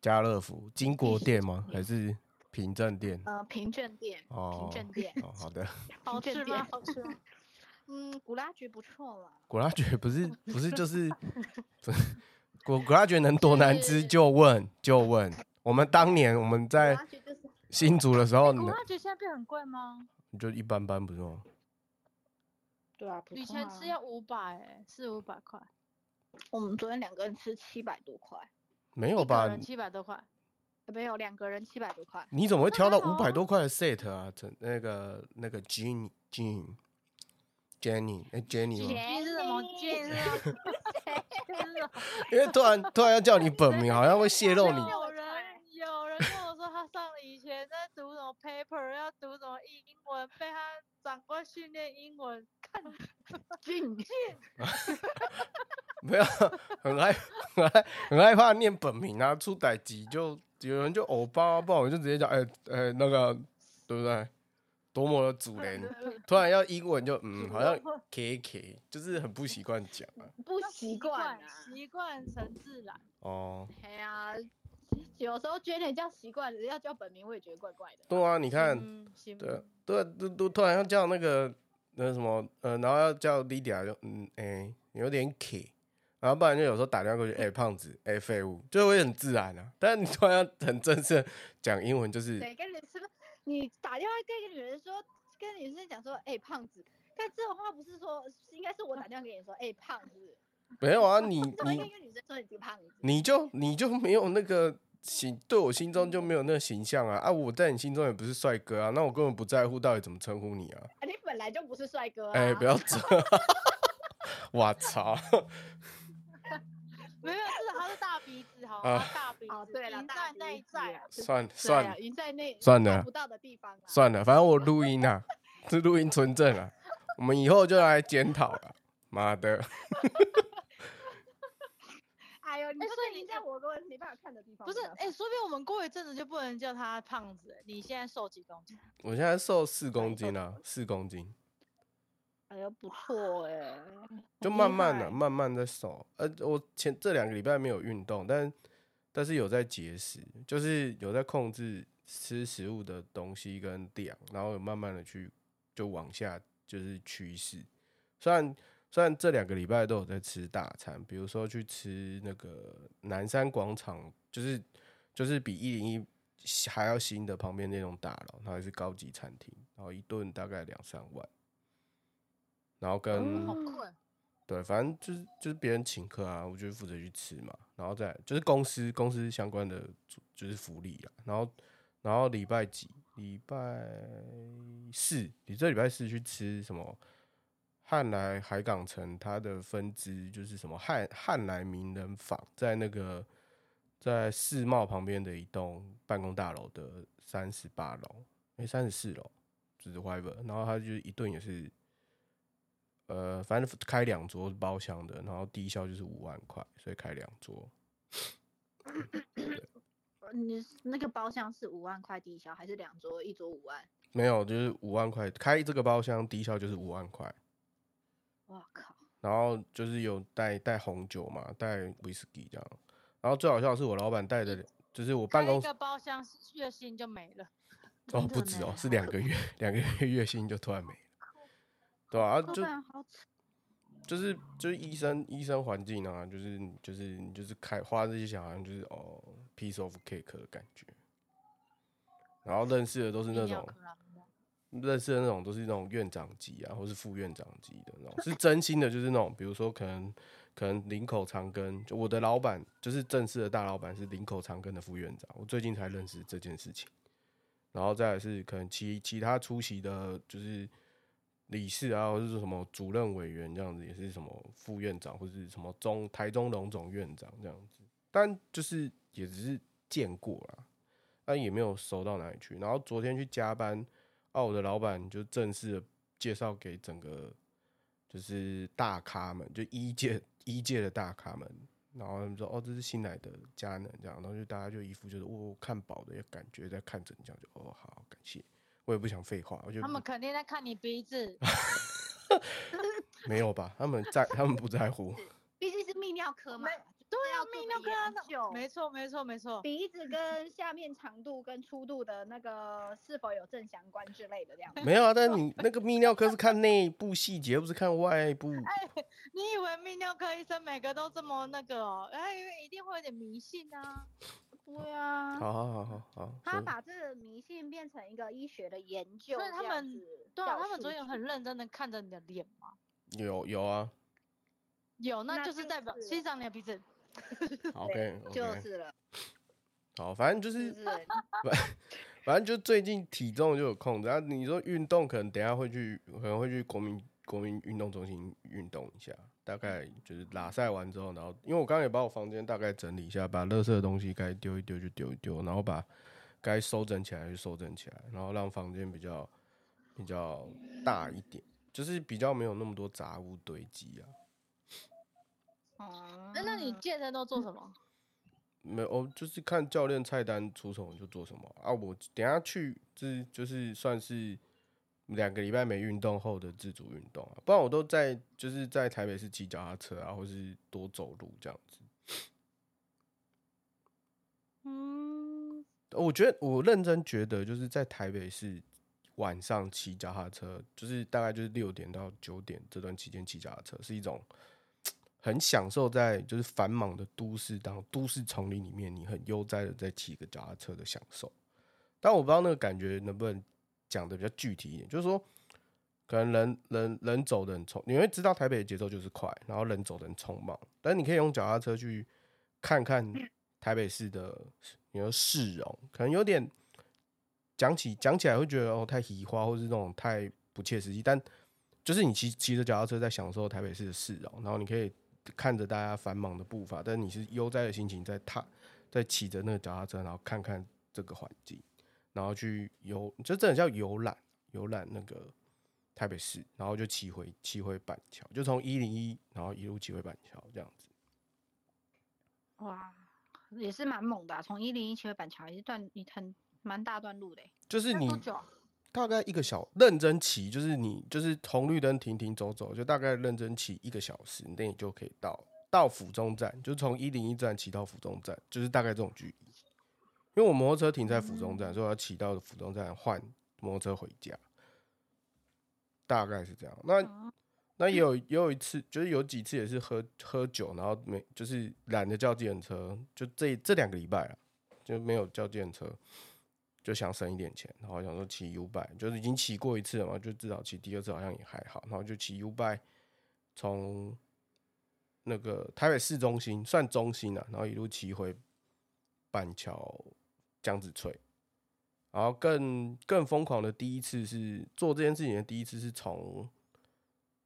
Speaker 1: 家乐福金国
Speaker 2: 式
Speaker 1: 店
Speaker 2: 餐
Speaker 1: 吗？还
Speaker 2: 厅
Speaker 1: 是平镇店？
Speaker 2: 呃，平券店，
Speaker 1: 哦
Speaker 2: 呃平券店，
Speaker 1: 哦，好的。
Speaker 3: 好
Speaker 2: 平
Speaker 3: 吃
Speaker 2: 券店？，
Speaker 3: 吗好吃吗？
Speaker 2: 嗯，古拉局不 错啦。
Speaker 1: 果拉卷不是不是就是不是果果拉卷能多难吃
Speaker 3: 是
Speaker 1: 就问就问。我们当年我们
Speaker 2: 古
Speaker 1: 在
Speaker 2: 拉局就是
Speaker 1: 新竹的时候，
Speaker 3: 古
Speaker 1: 能
Speaker 3: 拉觉哎现在变很贵吗？
Speaker 1: 就一般般，不是吗？
Speaker 2: 对啊，不
Speaker 3: 以
Speaker 2: 错
Speaker 3: 前
Speaker 2: 啊
Speaker 3: 吃要五百，哎，四五百块，
Speaker 2: 我们昨天两个人吃七百多块，
Speaker 1: 没
Speaker 3: 一
Speaker 1: 有
Speaker 3: 个
Speaker 1: 吧？
Speaker 3: 人七百多块。
Speaker 2: 呃没有两个人七百多块。
Speaker 1: 你怎么会
Speaker 3: 那
Speaker 1: 挑
Speaker 3: 还
Speaker 1: 到
Speaker 3: 好
Speaker 1: 五百
Speaker 3: 啊
Speaker 1: 多块的 set 啊？整那个那个 Jean Jean Jenny 哎 Jenny 吗？
Speaker 3: 你是什么？你是什么？
Speaker 1: 因为突然突然要叫你本名，好像会泄露你。
Speaker 3: 有人有人跟我说，他上了以前在读什么 paper，要读什么英文，被他长官训练英文，看
Speaker 2: 俊 俊，
Speaker 1: 没有， 很害很害很害怕念本名啊，出歹集就有人就偶包、啊，不然我就直接讲哎哎那个对不对？多么的主人，突然要英文就嗯，好像 K K，就是很不习惯讲啊。
Speaker 2: 不
Speaker 3: 要
Speaker 2: 习惯啊。
Speaker 3: 习惯成 自然。
Speaker 1: 哦，
Speaker 2: 哎呀，有时候觉得叫习惯了，要叫本名我也觉得怪怪的。
Speaker 1: 对啊，你看，
Speaker 3: 嗯，行
Speaker 1: 对啊对啊，都都突然要叫那个那什么呃，然后要叫 Lydia 就嗯哎、有点 K，然后不然就有时候打电话过去，哎、胖子，哎、废物，就会很自然啊。但是你突然要很正式地讲英文，就是
Speaker 2: 对，跟人是不是？你打电话跟一个女人说，跟女生讲说，哎、胖子。但这种话不是说，应该是我打电话给你说，哎、胖子。
Speaker 1: 没有啊，你
Speaker 2: 怎么会跟
Speaker 1: 你
Speaker 2: 一个女生说你这个胖子？
Speaker 1: 你就你就没有那个形，对我心中就没有那个形象啊啊！我在你心中也不是帅哥啊，那我根本不在乎到底怎么称呼你啊。
Speaker 2: 啊，你本来就不是帅哥、啊。
Speaker 1: 哎、不要这， 我操！
Speaker 3: 没有，至少他是大鼻子，好，
Speaker 1: 啊
Speaker 3: 他大鼻
Speaker 2: 哦
Speaker 3: 子，
Speaker 2: 对了
Speaker 3: 赢
Speaker 2: 大
Speaker 3: 在那
Speaker 2: 鼻
Speaker 3: 一
Speaker 2: 子
Speaker 3: 在
Speaker 2: 啊
Speaker 3: 啊，
Speaker 1: 算
Speaker 2: 对啊
Speaker 1: 算
Speaker 2: 赢在那
Speaker 1: 算
Speaker 2: 看
Speaker 1: 了
Speaker 2: 不到的地方、啊。
Speaker 1: 算了，反正我录音啊， 是录音存证啊，我们以后就来检讨了。妈的，
Speaker 2: 哎呦，你
Speaker 3: 哎
Speaker 2: 就
Speaker 3: 所以
Speaker 2: 是
Speaker 3: 你
Speaker 2: 你在我跟我没办法看的地方。
Speaker 3: 不是，
Speaker 2: 没办法
Speaker 3: 哎、说不定我们过一阵子就不能叫他胖子、欸。你现在瘦几公斤？
Speaker 1: 我现在瘦四公斤啊，四公斤，
Speaker 2: 哎呦不错哎、
Speaker 1: 就
Speaker 2: 厉
Speaker 1: 慢慢的、
Speaker 2: 害
Speaker 1: 慢慢在瘦。呃，我前这两个礼拜没有运动，但但是有在节食，就是有在控制吃食物的东西跟量，然后有慢慢的去就往下就是趋势。虽然虽然这两个礼拜都有在吃大餐，比如说去吃那个南山广场，就是就是比一零一还要新的旁边那栋大楼，它还是高级餐厅，然后一顿大概两三万，然后跟、
Speaker 3: 好
Speaker 2: 嗯
Speaker 3: 困，
Speaker 1: 对，反正就是就是别人请客啊，我就负责去吃嘛，然后再就是公司公司相关的组就是福利啦，然后然后礼拜几礼拜四，你这礼拜四去吃什么？汉来海港城它的分支就是什么汉汉来名人坊，在那个在世贸旁边的一栋办公大楼的三十八楼，哎三十四楼，就是 whatever，然后他就一顿也是呃，反正开两桌是包厢的，然后低消就是五万块，所以开两桌。
Speaker 2: 你那个包厢是五万块低消，还是两桌一桌五万？
Speaker 1: 没有，就是五万块开这个包厢，低消就是五万块，
Speaker 2: 我靠！
Speaker 1: 然后就是有带带红酒嘛，带 whisky 这样。然后最好笑的是我老板带的，就是我办
Speaker 3: 开
Speaker 1: 公
Speaker 3: 一
Speaker 1: 室
Speaker 3: 个包厢，月薪就没了。
Speaker 1: 哦
Speaker 2: 真
Speaker 1: 不
Speaker 2: 的
Speaker 1: 止哦
Speaker 2: 呢，
Speaker 1: 是两个月，两个月月薪就突然没了，对啊，啊
Speaker 2: 老
Speaker 1: 就
Speaker 2: 板好扯，
Speaker 1: 就是就是医生医生环境啊，就是就是你就是开花这些钱，好像就是哦 piece of cake 的感觉。然后认识的都是那
Speaker 3: 一定要
Speaker 1: 种
Speaker 3: 克拉克拉
Speaker 1: 认识的那种都是那种院长级啊，或是副院长级的那种，是真心的，就是那种，比如说可能可能林口长庚，就我的老板就是正式的大老板是林口长庚的副院长，我最近才认识这件事情。然后再来是可能其其他出席的，就是理事啊，或者是什么主任委员这样子，也是什么副院长，或者是什么中台中荣总院长这样子，但就是也只是见过啦，但也没有熟到哪里去。然后昨天去加班，啊，我的老板就正式地介绍给整个就是大咖们，就一届一届的大咖们，然后他们说哦，这是新来的佳能这样，然后就大家就一副就是我、哦、看宝的感觉在看诊这样，就哦好感谢，我也不想废话，我就
Speaker 3: 他们肯定在看你鼻子，
Speaker 1: 没有吧，他们在他们不在乎，
Speaker 2: 毕竟是泌尿科嘛
Speaker 3: 没，
Speaker 2: 对
Speaker 3: 啊泌尿科啊那
Speaker 2: 科
Speaker 3: 没错，没错，没错。
Speaker 2: 鼻子跟下面长度跟粗度的那个是否有正相关之类的这样子。
Speaker 1: 没有啊，但你那个泌尿科是看内部细节，又不是看外部。
Speaker 3: 哎你以为泌尿科医生每个都这么那个、哦？哎，因为一定会有点迷信啊。
Speaker 2: 对啊
Speaker 1: 好好好好好，
Speaker 2: 他
Speaker 1: 所以
Speaker 2: 把这个迷信变成一个医学的研究，
Speaker 3: 所以他
Speaker 2: 这样
Speaker 3: 们
Speaker 2: 子
Speaker 3: 对啊，
Speaker 2: 调
Speaker 3: 他们
Speaker 2: 数
Speaker 3: 昨天有
Speaker 2: 据
Speaker 3: 很认真的看着你的脸吗？
Speaker 1: 有有 啊
Speaker 3: 有，那
Speaker 2: 那
Speaker 3: 就是
Speaker 2: 就
Speaker 3: 代表
Speaker 2: 是
Speaker 3: 欣赏你的鼻子。
Speaker 1: ，OK
Speaker 2: 就
Speaker 1: OK，
Speaker 2: 是嗯了，
Speaker 1: 好，反正就是是
Speaker 2: 不 是？
Speaker 1: 反正就最近体重就有控制，然、后你说运动，可能等一下会去，可能会去国民国民运动中心运动一下，大概
Speaker 2: 嗯
Speaker 1: 就是拉赛完之后，然后因为我刚刚也把我房间大概整理一下，把垃圾的东西该丢一丢就丢一丢，然后把该收整起来就收整起来，然后让房间比较比较大一点，就是比较没有那么多杂物堆积啊。
Speaker 2: 哦
Speaker 3: 那那你健身都做什么？
Speaker 1: 没有，哦，就是看教练菜单出什么就做什么啊。我等一下去，就是就是算是两个礼拜没运动后的自主运动啊，不然我都在就是在台北市骑脚踏车啊，或是多走路这样子。
Speaker 3: 嗯，
Speaker 1: 哦我觉得我认真觉得，就是在台北市晚上骑脚踏车，就是大概就是六点到九点这段期间骑脚踏车，是一种很享受在就是繁忙的都市当中都市丛林里面，你很悠哉的在骑个脚踏车的享受。但我不知道那个感觉能不能讲的比较具体一点，就是说，可能人人人走的很匆，你会知道台北的节奏就是快，然后人走的很匆忙，但你可以用脚踏车去看看台北市的你说市容，可能有点讲起讲起来会觉得哦太移花，或是那种太不切实际，但就是你骑骑着脚踏车在享受台北市的市容，然后你可以看着大家繁忙的步伐，但你是悠哉的心情在踏在骑着那个脚踏车，然后看看这个环境。然后去游，就真的叫游览，游览那个台北市，然后就骑回骑回板桥，就从一零一，然后一路骑回板桥这样子。
Speaker 2: 哇，也是蛮猛的、啊，从一零一骑回板桥一段一很蛮大段路的、欸，
Speaker 1: 就是
Speaker 2: 那
Speaker 1: 你
Speaker 2: 多久啊？
Speaker 1: 大概一个小认真骑，就是你就是红绿灯停停走走，就大概认真骑一个小时那你就可以到到府中站，就是从一零一站骑到府中站，就是大概这种距离。因为我摩托车停在府中
Speaker 2: 嗯
Speaker 1: 站，所以我要骑到府中站换摩托车回家，大概是这样。那
Speaker 2: 哦
Speaker 1: 那也有也有一次，就是有几次也是喝喝酒，然后没就是懒得叫计程车，就这这两个礼拜啊，就没有叫计程车，就想省一点钱，然后想说骑 U bike，就是已经骑过一次了嘛，就至少骑第二次好像也还好，然后就骑 U bike 从那个台北市中心算中心了、啊，然后一路骑回板桥江子翠，然后更更疯狂的第一次是做这件事情的第一次是从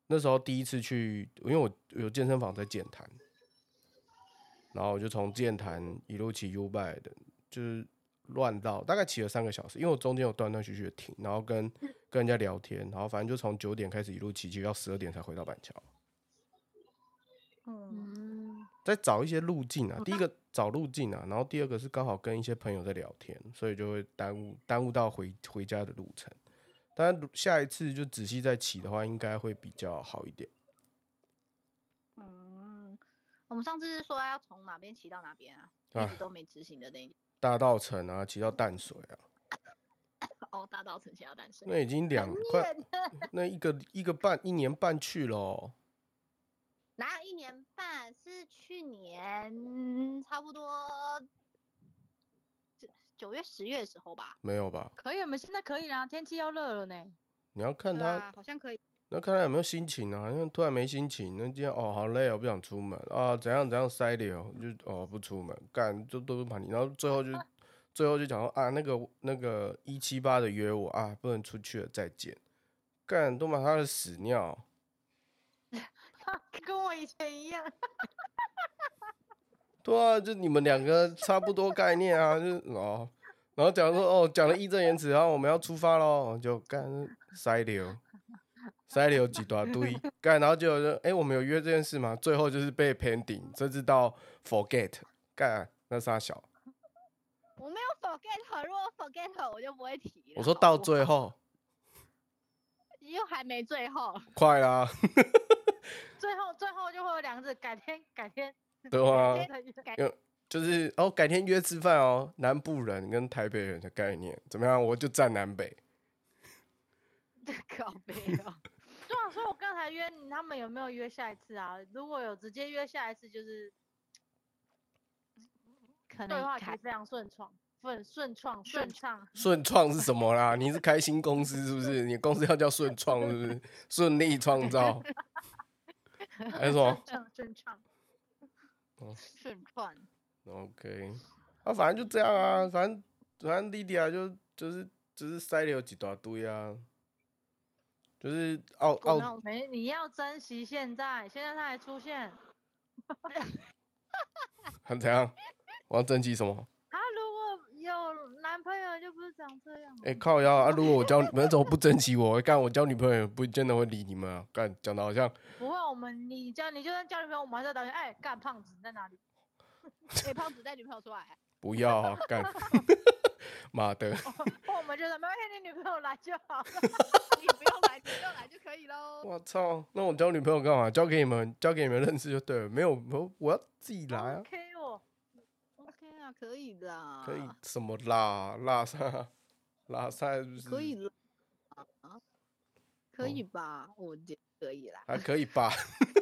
Speaker 1: 那时候第一次去，因为我有健身房在健谈，然后我就从健谈一路骑 U bike 的，就是乱到大概骑了三个小时，因为我中间有断断续续的停，然后跟
Speaker 2: 嗯
Speaker 1: 跟人家聊天，然后反正就从九点开始一路骑，骑到十二点才回到板桥。
Speaker 2: 嗯，
Speaker 3: 嗯，
Speaker 1: 再找一些路径
Speaker 2: 哦
Speaker 1: 啊。第一个找路径啊，然后第二个是刚好跟一些朋友在聊天，所以就会耽误耽误到回回家的路程。当然，下一次就仔细再骑的话，应该会比较好一点。
Speaker 2: 嗯，我们上次是说要从哪边骑到哪边啊，一
Speaker 1: 啊
Speaker 2: 直都没执行的那一个。
Speaker 1: 大道城啊，骑到淡水啊，
Speaker 2: 哦，大道城骑到淡水，
Speaker 1: 那已经两
Speaker 2: 很
Speaker 1: 快
Speaker 2: 远的，
Speaker 1: 那一个一个半一年半去了哦、
Speaker 2: 哪有一年半？是去年差不多九九月十月的时候吧？
Speaker 1: 没有吧？
Speaker 3: 可以，我们现在可以啦，天气要热了呢。
Speaker 1: 你要看
Speaker 2: 对
Speaker 1: 他，
Speaker 2: 啊，好像可以。
Speaker 1: 那看他有没有心情啊？因为突然没心情，那今天哦好累哦，不想出门啊，怎样怎样塞流，就哦不出门，干就都是把你，然后最后就最后就讲说啊那个那个一七八的约我啊，不能出去了，再见，干都把他的屎尿，
Speaker 3: 跟我以前一样，
Speaker 1: 对啊，就你们两个差不多概念啊，就是哦，然后讲说哦讲了义正言辞，然后我们要出发喽，就干塞流。塞流几段堆干，然后就哎、诶我们有约这件事吗？最后就是被 pending，甚至到 forget 干那傻小。
Speaker 2: 我没有 forget，如果 forget 我就不会提了。
Speaker 1: 我说
Speaker 2: 好
Speaker 1: 到
Speaker 2: 不
Speaker 1: 最
Speaker 2: 好
Speaker 1: 后
Speaker 2: 又还没最后，
Speaker 1: 快啦，
Speaker 3: 最后最后就会有两个字，改天改天。
Speaker 1: 对啊
Speaker 3: 改天改
Speaker 1: 因为就是哦，改天约吃饭哦，南部人跟台北人的概念怎么样？我就站南北，
Speaker 2: 搞没 有。
Speaker 3: 对啊，所以我刚才约你，他们有没有约下一次啊？如果有直接约下一次，就是
Speaker 2: 可
Speaker 3: 对
Speaker 2: 能
Speaker 3: 话题
Speaker 2: 开
Speaker 3: 非常顺畅，顺顺畅顺畅。
Speaker 1: 顺创是什么啦？你 是开新公司是不是？你公司要叫顺创是不是？顺利创造，还有什么？
Speaker 3: 顺畅顺畅，
Speaker 2: 顺串，
Speaker 1: OK，啊，反正就这样啊，反正反正莉迪亚就就是就是塞了有几大堆啊，就是澳
Speaker 3: 我那
Speaker 1: 澳
Speaker 3: 种没你要珍惜现在，现在他还出现
Speaker 1: 很怎样？我要珍惜什么？
Speaker 3: 他如果有男朋友就不是长这样了。
Speaker 1: 哎、靠腰啊！如果我交你们怎么不珍惜我？欸干我交女朋友也不见得会理你们啊！干讲的好像
Speaker 3: 不会，我们你叫你就算交女朋友，我们还是要打算哎，干胖子你在哪里？
Speaker 2: 给哎胖子带女朋友出 来，
Speaker 1: 不要啊！干 妈的，
Speaker 3: 我们就是没关系，你女朋友来就好了。
Speaker 2: 你不用来，你不用来就可以喽。
Speaker 1: 我操！那我交女朋友干嘛？交给你们，交给你们认识就对了。没有，我我要自己来啊！
Speaker 3: OK 我
Speaker 2: OK 啊，可以的，
Speaker 1: 可以什么啦？拉萨，拉萨是不哦是？
Speaker 2: 可以啦，啊可
Speaker 1: 哦
Speaker 2: 以吧？我觉得可以啦。
Speaker 1: 还可以吧？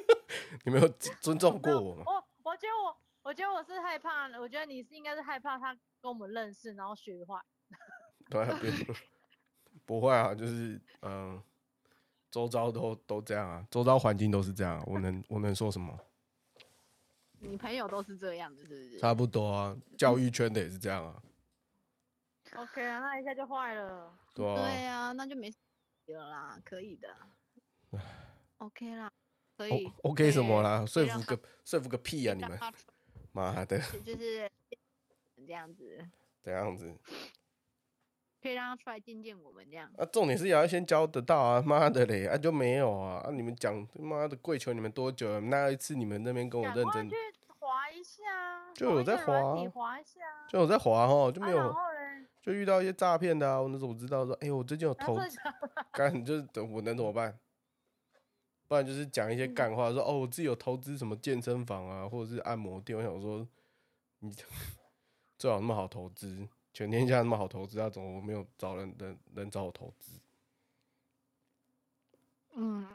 Speaker 1: 你没有尊尊重过我吗？
Speaker 3: 我我觉得我我觉得我是害怕，我觉得你是应该是害怕他跟我们认识，然后学坏。
Speaker 1: 对啊，不用不会啊，就是嗯，周遭都都这样啊，周遭环境都是这样啊、我能我能说什么？
Speaker 2: 你朋友都是这样的，是不是？
Speaker 1: 差不多啊，教育圈的也是这样啊，
Speaker 3: OK 啊，那一下就坏了。
Speaker 1: 对啊，
Speaker 2: 对啊，那就没事了啦，可以的。OK 啦，可以。
Speaker 1: O OK 什么
Speaker 2: 对
Speaker 1: 啦？说
Speaker 2: 以让
Speaker 1: 服
Speaker 2: 他
Speaker 1: 个说服个屁啊！你
Speaker 2: 让
Speaker 1: 们
Speaker 2: 他出
Speaker 1: 妈的，
Speaker 2: 去就是这样子，
Speaker 1: 这样子
Speaker 2: 可以让他出来见见我们这样。
Speaker 1: 啊？重点是也要先教得到啊！妈的嘞，啊就没有啊！啊你们讲妈的跪求你们多久了？那一次你们那边跟我
Speaker 3: 赶
Speaker 1: 认
Speaker 3: 快
Speaker 1: 真
Speaker 3: 去，划一下，
Speaker 1: 就
Speaker 3: 某
Speaker 1: 有
Speaker 3: 一个
Speaker 1: 在
Speaker 3: 软
Speaker 1: 滑
Speaker 3: 体
Speaker 1: 啊
Speaker 3: 划一下啊。
Speaker 1: 就我在滑哦，就
Speaker 3: 啊
Speaker 1: 没有、
Speaker 3: 然后嘞，
Speaker 1: 就遇到一些诈骗的啊！我那时候我知道说，哎、我最近有
Speaker 3: 然后
Speaker 1: 投
Speaker 3: 这
Speaker 1: 资，
Speaker 3: 个
Speaker 1: 干就是等我能怎么办？不然就是讲一些干话，说哦，我自己有投资什么健身房啊，或者是按摩店。我想说，你 最好那么好投资，全天下那么好投资，那啊怎么我没有找人人人找我投资？
Speaker 2: 嗯，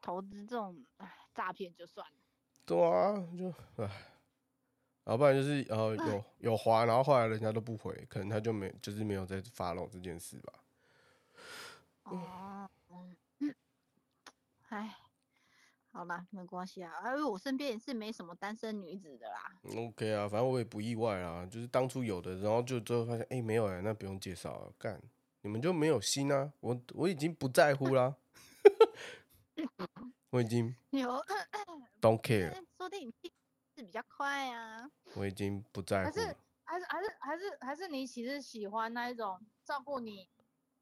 Speaker 2: 投资这种唉诈骗就算了。
Speaker 1: 对啊，就唉，然后不然就是呃有有滑，然后后来人家都不回，可能他就没就是没有再发了这件事吧。
Speaker 2: 哦，嗯唉，好啦，没关系啊，因为我身边也是没什么单身女子的啦。
Speaker 1: OK 啊，反正我也不意外啊，就是当初有的，然后就最后发现，哎、没有哎、那不用介绍了，干，你们就没有心啊，我我已经不在乎啦，我已经
Speaker 2: 有，
Speaker 1: don't care，
Speaker 2: 哎说不定你是比较快啊。
Speaker 1: 我已经不在
Speaker 3: 还
Speaker 1: 乎，
Speaker 3: 是还是还是还是还是你其实喜欢那一种照顾你，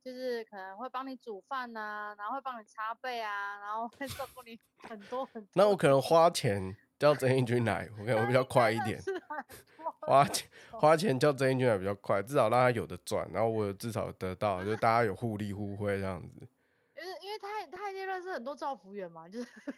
Speaker 3: 就是可能会帮你煮饭呐、然后会帮你擦背啊，然后会照顾你很多很多。
Speaker 1: 那我可能花钱叫曾义军来，我可能会比较快一点，
Speaker 3: 是啊很多
Speaker 1: 花钱花钱叫曾义军来比较快，至少让他有的赚，然后我有至少有得到，就大家有互利互惠这样子，
Speaker 3: 因为因为他也他已经认识很多造福员嘛，就是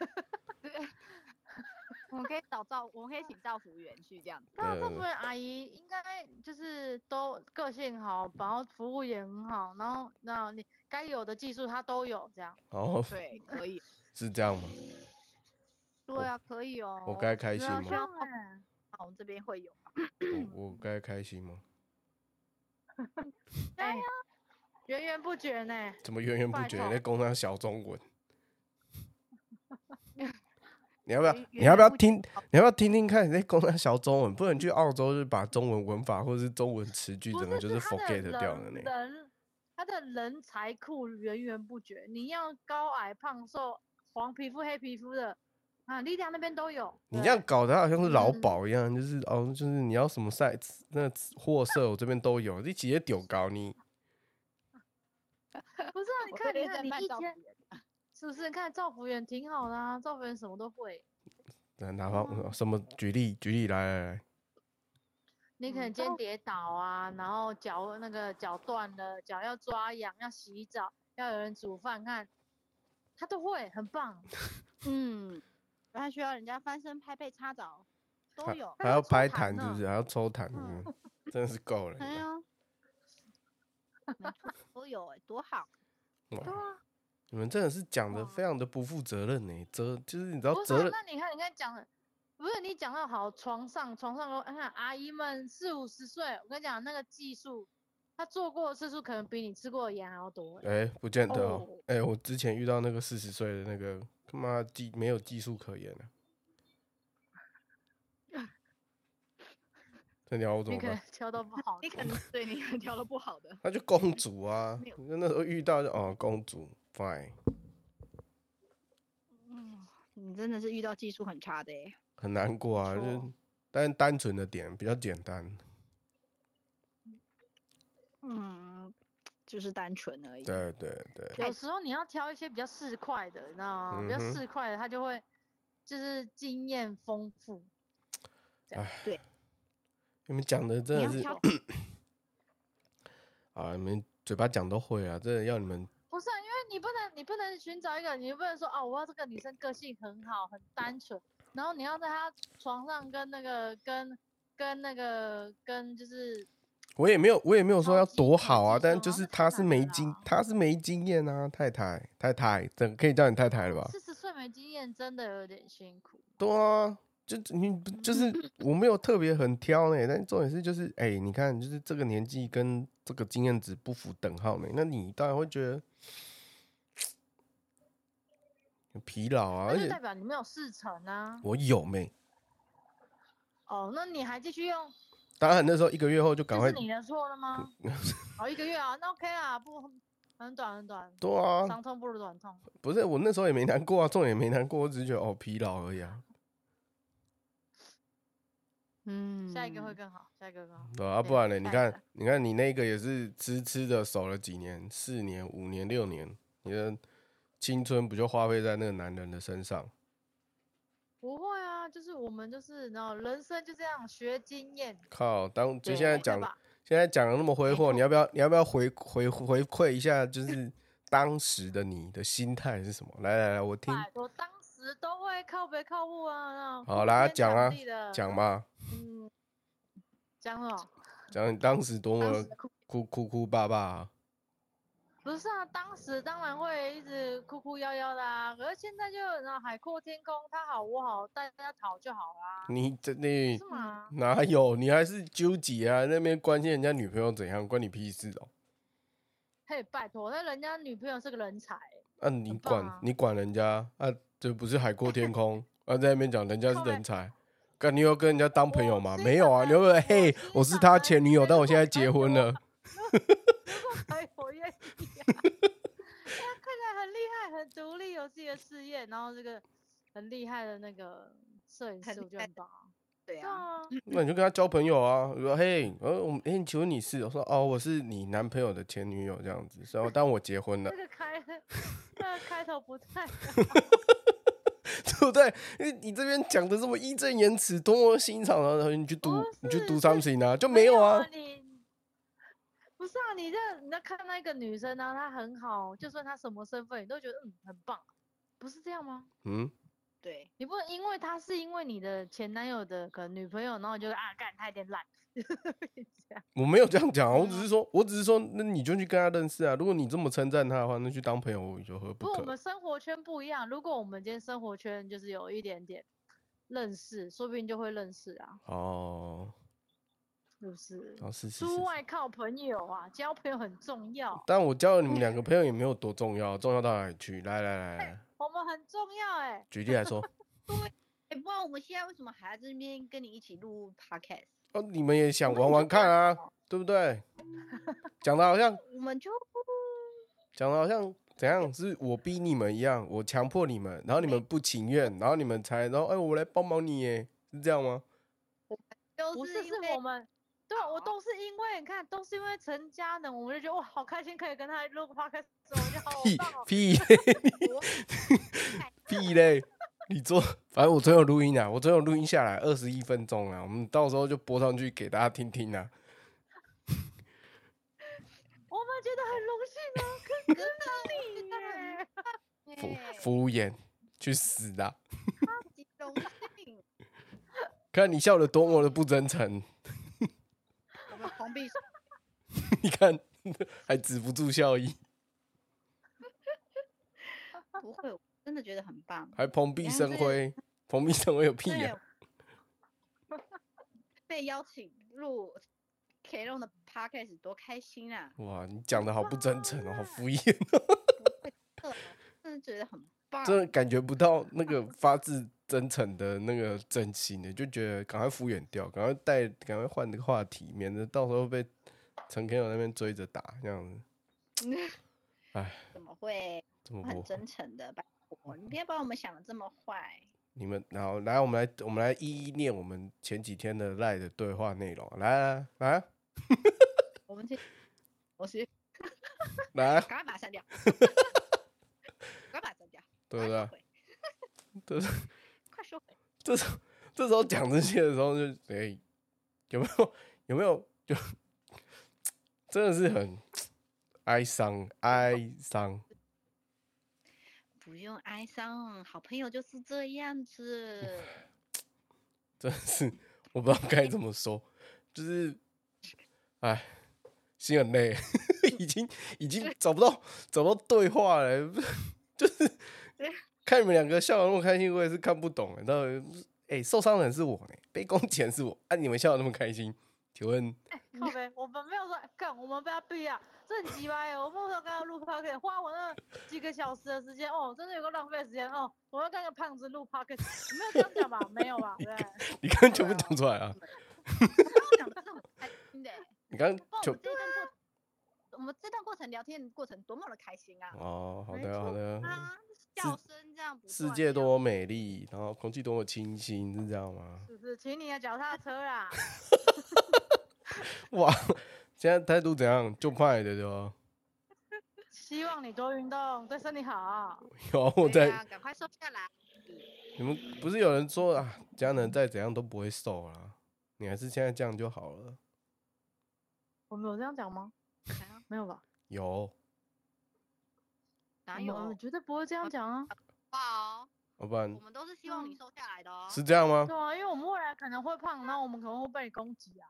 Speaker 2: 我们可以找造，我们可以请造服员去这样子。
Speaker 3: 那
Speaker 1: 对
Speaker 3: 造福员阿姨应该就是都个性好，然后服务也很好，然后那你该有的技术她都有，这样
Speaker 1: 然后
Speaker 2: 对，可以。
Speaker 1: 是这样吗？
Speaker 2: 对啊，可以哦。
Speaker 1: 我该开
Speaker 2: 对
Speaker 1: 心
Speaker 2: 啊
Speaker 1: 吗
Speaker 2: 需？
Speaker 3: 这
Speaker 2: 要
Speaker 3: 样
Speaker 2: 报
Speaker 3: 哎、
Speaker 2: 我们这边会有。
Speaker 1: 我我该开心吗？
Speaker 3: 对哎呀、源源不绝呢、
Speaker 1: 怎么源源不
Speaker 3: 拜
Speaker 1: 绝
Speaker 3: 托
Speaker 1: 在工商小中 文？你要不要
Speaker 2: 源？
Speaker 1: 你
Speaker 2: 源
Speaker 1: 要不
Speaker 2: 源
Speaker 1: 要
Speaker 2: 不绝
Speaker 1: 听？你要不要听听看？你在工商小中文，不能去澳洲就把中文文法或者是中文词句
Speaker 3: 不
Speaker 1: 整个就是
Speaker 3: 哦是他的
Speaker 1: forget 掉了
Speaker 3: 人
Speaker 1: 呢？
Speaker 3: 人他的人才库源源不绝，你要高矮胖瘦、黄皮肤、黑皮肤的啊，力量那边都有。
Speaker 1: 你
Speaker 3: 对
Speaker 1: 这样搞得好像是劳
Speaker 3: 嗯
Speaker 1: 保一样，就是哦，就是你要什么赛那货色我这边都有，你直接丢高你。
Speaker 3: 不是啊？你
Speaker 2: 我
Speaker 3: 看，
Speaker 2: 这
Speaker 3: 你
Speaker 2: 边在
Speaker 3: 看，你
Speaker 2: 办
Speaker 3: 一
Speaker 2: 造
Speaker 3: 天
Speaker 2: 福员
Speaker 3: 是不是？你看赵福源挺好的啊，赵福源什么都会。
Speaker 1: 那哪怕
Speaker 3: 哦
Speaker 1: 什么举例举例来来来，
Speaker 3: 你
Speaker 2: 嗯
Speaker 3: 可能今天
Speaker 2: 赵
Speaker 3: 跌倒啊，然后脚那个脚断了，脚要抓痒，要洗澡，要有人煮饭，看他都会，很棒。
Speaker 2: 嗯，还需要人家翻身、拍背、擦澡都
Speaker 1: 还
Speaker 2: 有。
Speaker 1: 还要
Speaker 3: 抽
Speaker 1: 拍痰是
Speaker 3: 痰
Speaker 1: 不
Speaker 3: 呢嗯
Speaker 1: 是？还要抽痰是不是？ 真的是够了你
Speaker 2: 哎
Speaker 1: 们，
Speaker 2: 呀， 没错都有哎、多 好！
Speaker 3: 对
Speaker 1: 哇！
Speaker 3: 啊，
Speaker 1: 你们真的是讲的
Speaker 2: 哇
Speaker 1: 非常的不负责任呢，责就是你知道
Speaker 3: 不是
Speaker 1: 责
Speaker 3: 啊、
Speaker 1: 任。
Speaker 3: 那你看，你看讲的，不是你讲到好床上，床上我看阿姨们四五十岁，我跟你讲那个技术，她做过的次数可能比你吃过的盐还要多欸。
Speaker 1: 哎、不见得哦
Speaker 3: 哦。
Speaker 1: 哎、我之前遇到那个四十岁的那个，他妈技没有技术可言啊 了、那你要我怎
Speaker 3: 你
Speaker 1: 么
Speaker 3: 可能
Speaker 1: 办？
Speaker 3: 挑都不好
Speaker 2: 你可能对 你可能挑的不好的，
Speaker 1: 那就公主啊
Speaker 2: 没有！
Speaker 1: 那那时候遇到就哦，公主 fine，
Speaker 2: 嗯，你真的是遇到技术很差的哎、
Speaker 1: 很难过啊。
Speaker 3: 没
Speaker 1: 就
Speaker 2: 哦
Speaker 3: 错
Speaker 1: 但单纯的点比较简单，
Speaker 2: 嗯，就是单纯而已。
Speaker 1: 对对对，
Speaker 3: 有时候你要挑一些比较市侩的，你知道吗？比较
Speaker 1: 嗯哼
Speaker 3: 市侩的，他就会就是经验丰富。
Speaker 1: 你们讲的真
Speaker 2: 你
Speaker 1: 的
Speaker 2: 要
Speaker 1: 是
Speaker 2: 挑
Speaker 1: 啊，你们嘴巴讲都会啊，真的要你们
Speaker 3: 不是、啊，因为你不能，你不能寻找一个，你不能说哦，我要这个女生个性很好，很单纯，然后你要在她床上跟那个跟跟那个跟就是
Speaker 1: 我也没有，我也没有说
Speaker 3: 超
Speaker 1: 要
Speaker 3: 级
Speaker 1: 多
Speaker 3: 超
Speaker 1: 好啊，
Speaker 3: 级
Speaker 1: 但
Speaker 3: 爽
Speaker 1: 就
Speaker 3: 啊
Speaker 1: 是
Speaker 3: 那太
Speaker 1: 他是
Speaker 3: 难
Speaker 1: 没
Speaker 3: 了
Speaker 1: 经
Speaker 3: 啦，
Speaker 1: 他是没经验啊，太太，太太，怎可以叫你太太了吧？
Speaker 3: 四十岁没没经验真的有点辛苦。
Speaker 1: 对啊，就你不
Speaker 3: 嗯
Speaker 1: 就是我没有特别很挑呢，但重点是就是哎、你看就是这个年纪跟这个经验值不符等号呢，那你当然会觉得很疲劳啊，
Speaker 3: 那
Speaker 1: 而
Speaker 3: 就
Speaker 1: 且
Speaker 3: 代表你没有事成啊。
Speaker 1: 我有没？
Speaker 3: 哦，那你还继续用，
Speaker 1: 当然那时候一个月后就赶
Speaker 3: 这
Speaker 1: 快
Speaker 3: 是你的错了吗？哦，一个月啊，那 OK 啊，不很短很短，
Speaker 1: 对啊，
Speaker 3: 长痛不如短痛。
Speaker 1: 不是，我那时候也没难过啊，重点也没难过，我只是觉得哦疲劳而已啊，
Speaker 2: 嗯
Speaker 3: 下一个会更好，下一个更好。
Speaker 1: 对啊，啊
Speaker 3: 对
Speaker 1: 不然呢？你
Speaker 3: 当然
Speaker 1: 看，你看你那个也是痴痴的守了几年，四年、五年、六年，你的青春不就花费在那个男人的身上？
Speaker 3: 不会啊，就是我们就是，然后人生就这样学经验。
Speaker 1: 靠，当就
Speaker 2: 对
Speaker 1: 现在
Speaker 3: 对
Speaker 1: 讲，
Speaker 3: 吧
Speaker 1: 现在讲的那么挥
Speaker 3: 没
Speaker 1: 霍，
Speaker 3: 错
Speaker 1: 你要不要？你要不要回回回馈一下？就是当时的你的心态是什么？来来来，我听，
Speaker 3: 拜托，当时都会靠北靠户啊，那
Speaker 1: 好
Speaker 3: 铺
Speaker 1: 啦
Speaker 3: 天
Speaker 1: 讲
Speaker 3: 抢
Speaker 1: 啊
Speaker 3: 地的
Speaker 1: 讲，嘛，
Speaker 3: 嗯，讲什么？
Speaker 1: 讲你当时多
Speaker 3: 当
Speaker 1: 么
Speaker 3: 时哭
Speaker 1: 哭哭哭爸爸、啊，
Speaker 3: 不是啊，当时当然会一直哭哭夭夭的啊，可是现在就那海阔天空，他好我好，大家讨就好啦，
Speaker 1: 你这你
Speaker 3: 是吗？
Speaker 1: 哪有？你还是纠结啊？那边关心人家女朋友怎样，关你屁事哦、
Speaker 3: 嘿，拜托，那人家女朋友是个人才，
Speaker 1: 啊，你
Speaker 3: 很棒
Speaker 1: 管
Speaker 3: 啊
Speaker 1: 你管人家啊，这不是海阔天空啊，在那边讲人家是人才，干你有跟人家当朋友
Speaker 3: 我
Speaker 1: 吗？
Speaker 3: 是
Speaker 1: 没有啊，
Speaker 3: 本
Speaker 1: 你有没有？
Speaker 3: 来
Speaker 1: 嘿，
Speaker 3: 我
Speaker 1: 我
Speaker 3: 是
Speaker 1: 是
Speaker 3: 本
Speaker 1: 他
Speaker 3: 来
Speaker 1: 前女
Speaker 3: 就
Speaker 1: 友，
Speaker 3: 觉
Speaker 1: 但
Speaker 3: 得
Speaker 1: 我现在
Speaker 3: 我
Speaker 1: 结
Speaker 3: 很
Speaker 1: 婚
Speaker 3: 多
Speaker 1: 了。
Speaker 3: 哎，我愿意、啊。哎呀，看起来很厉害，很独立，有自己的事业，然后这个很厉害的那个摄影
Speaker 2: 很
Speaker 3: 师，
Speaker 2: 厉
Speaker 3: 我觉得
Speaker 2: 害
Speaker 3: 很棒啊。
Speaker 2: 对
Speaker 3: 对
Speaker 2: 啊，
Speaker 3: 啊，
Speaker 1: 那你就跟他交朋友啊。我说嘿，呃，我们哎，请问你是？我说哦，我是你男朋友的前女友这样子，然后但我结婚了
Speaker 3: 这，个开， 这个开头不太好
Speaker 1: 对不对？你你这边讲的这么义正言辞，多么欣赏，啊然后你去读
Speaker 3: 不
Speaker 1: 你去
Speaker 3: 是
Speaker 1: 读
Speaker 3: 是
Speaker 1: something 啊，就没有啊。
Speaker 3: 你不是啊，你这你在看那个女生呢、啊，她很好，就算她什么身份，你都觉得嗯很棒，不是这样吗？
Speaker 1: 嗯，
Speaker 2: 对，
Speaker 3: 你不能因为她是因为你的前男友的可能女朋友，然后你就啊干她有点烂， 这样
Speaker 1: 我没有这样讲啊，我
Speaker 3: 对
Speaker 1: 只
Speaker 3: 啊
Speaker 1: 是说，我只是说，那你就去跟他认识啊。如果你这么称赞他的话，那去当朋友我有何不
Speaker 3: 不过我
Speaker 1: 可？
Speaker 3: 们生活圈不一样，如果我们今天生活圈就是有一点点认识，说不定就会认识啊，
Speaker 1: 哦，
Speaker 3: 是不是？
Speaker 1: 哦，是是是。
Speaker 3: 出外靠朋友啊，交朋友很重要，
Speaker 1: 但我交了你们两个朋友也没有多重要，重要到哪里去？来来来来，
Speaker 3: 我们很重要哎、
Speaker 1: 举例来说，
Speaker 2: 哎，不然我们现在为什么还在这边跟你一起录 podcast？
Speaker 1: 哦，你们也想玩玩看啊，对不对？讲的好像，
Speaker 2: 我们就
Speaker 1: 讲的好像怎样？是我逼你们一样，我强迫你们，然后你们不情愿，然后你们才，然后哎，我来帮忙你耶，是这样吗？
Speaker 2: 就
Speaker 3: 不是，
Speaker 2: 因
Speaker 3: 是
Speaker 2: 为
Speaker 3: 我们，对啊，我
Speaker 2: 好
Speaker 3: 都是因为你看，都是因为陈嘉能，我们就觉得哇，好开心可以跟他录 podcast，我 就好
Speaker 1: 屁
Speaker 3: 棒 哦。
Speaker 1: 屁屁嘞！你做，反正我总有录音啊，我总有录音下
Speaker 2: 哦
Speaker 1: 来二十一分钟啊，我们到时候就播上去给大家听听啊。
Speaker 3: 我们觉得很荣幸哦，可以跟你耶。
Speaker 1: 服
Speaker 2: 哎
Speaker 1: 服务员，去死啊！
Speaker 2: 超级荣幸，
Speaker 1: 看你笑得多么的不真诚，
Speaker 2: 我们红壁
Speaker 1: 你看还止不住笑意，
Speaker 2: 不会，我真的觉得很 棒。
Speaker 1: 还蓬荜
Speaker 2: 原来
Speaker 1: 生
Speaker 2: 是
Speaker 1: 辉，蓬荜生辉有屁
Speaker 2: 对
Speaker 1: 呀、啊！
Speaker 2: 被邀请录 K 弄的 podcast 多开心啊！
Speaker 1: 哇，你讲的好不真诚哦，好敷衍，
Speaker 2: 这真的觉得很棒。
Speaker 1: 真的感觉不到那个发自真诚的那个真心的，就觉得赶快敷衍掉，赶快带，赶快换个话题，免得到时候被陈 K 友那边追着打这样子。
Speaker 2: 怎么会？
Speaker 1: 这么
Speaker 2: 我
Speaker 1: 不
Speaker 2: 很真诚的，拜托你不要把我们想的这么坏。
Speaker 1: 你们，然后来，我们来，我们来一一念我们前几天的赖的对话内容。来啊来啊
Speaker 2: 我们这，我是
Speaker 1: 来啊，
Speaker 2: 赶快把它 删掉，赶快把它删掉，
Speaker 1: 对啊
Speaker 2: 赶
Speaker 1: 不对？这
Speaker 2: 快收回
Speaker 1: 是
Speaker 2: 快收回。
Speaker 1: 这时候这时候讲这些的时候就，哎、有没有有没有就 真的是很哀伤哀伤。
Speaker 2: 不用哀伤，好朋友就是这样子。
Speaker 1: 嗯真的是我不知道该怎么说，就是，哎，心很累， 已经已经找不到找不到对话了，就是 看你们两个笑得那么开心，我也是看不懂欸。到底是，哎、受伤的人是我呢，被攻击的人是我，啊，你们笑得那么开心，请问
Speaker 3: 靠呗，我们没有说干，我们被他逼啊，这很鸡掰欸。我们那时候跟他录 p o c a s t 花我那几个小时的时间，哦，真的有个浪费的时间哦。我要跟个胖子录 p o c a s t 你没有这样讲吧？没有吧？对 不对，
Speaker 1: 你刚刚全部讲出来啊？
Speaker 2: 讲的是很开心的欸，
Speaker 1: 你刚
Speaker 2: 不
Speaker 1: 刚
Speaker 2: 知
Speaker 1: 就
Speaker 2: 道我们这一段过，我们这段过程聊天的过程多么的开心啊！
Speaker 1: 哦，好
Speaker 2: 没
Speaker 1: 的好
Speaker 2: 错
Speaker 1: 的，
Speaker 2: 啊，笑声这样不
Speaker 1: 世
Speaker 2: 断
Speaker 1: 界
Speaker 2: 这样
Speaker 1: 多美丽，然后空气多么清新，是这样吗？
Speaker 3: 是不是？骑你的脚踏车啦，
Speaker 1: 哇，现在态度怎样？就快的对吧？
Speaker 3: 希望你多运动，对身体好。
Speaker 1: 有我
Speaker 2: 对
Speaker 1: 在
Speaker 2: 啊，赶快瘦下来。
Speaker 1: 你们不是有人说啊，家人再怎样都不会瘦啦，你还是现在这样就好了。
Speaker 3: 我们有这样讲吗？没有吧？
Speaker 1: 有，
Speaker 2: 哪
Speaker 3: 我们我
Speaker 2: 有
Speaker 3: 们？绝对不会这样讲啊。
Speaker 2: 哇哦，
Speaker 1: 要不然
Speaker 2: 我们都是希望你
Speaker 3: 嗯
Speaker 2: 瘦下来的哦。
Speaker 1: 是这样吗
Speaker 3: 对？啊，因为我们未来可能会胖，然后我们可能会被攻击啊。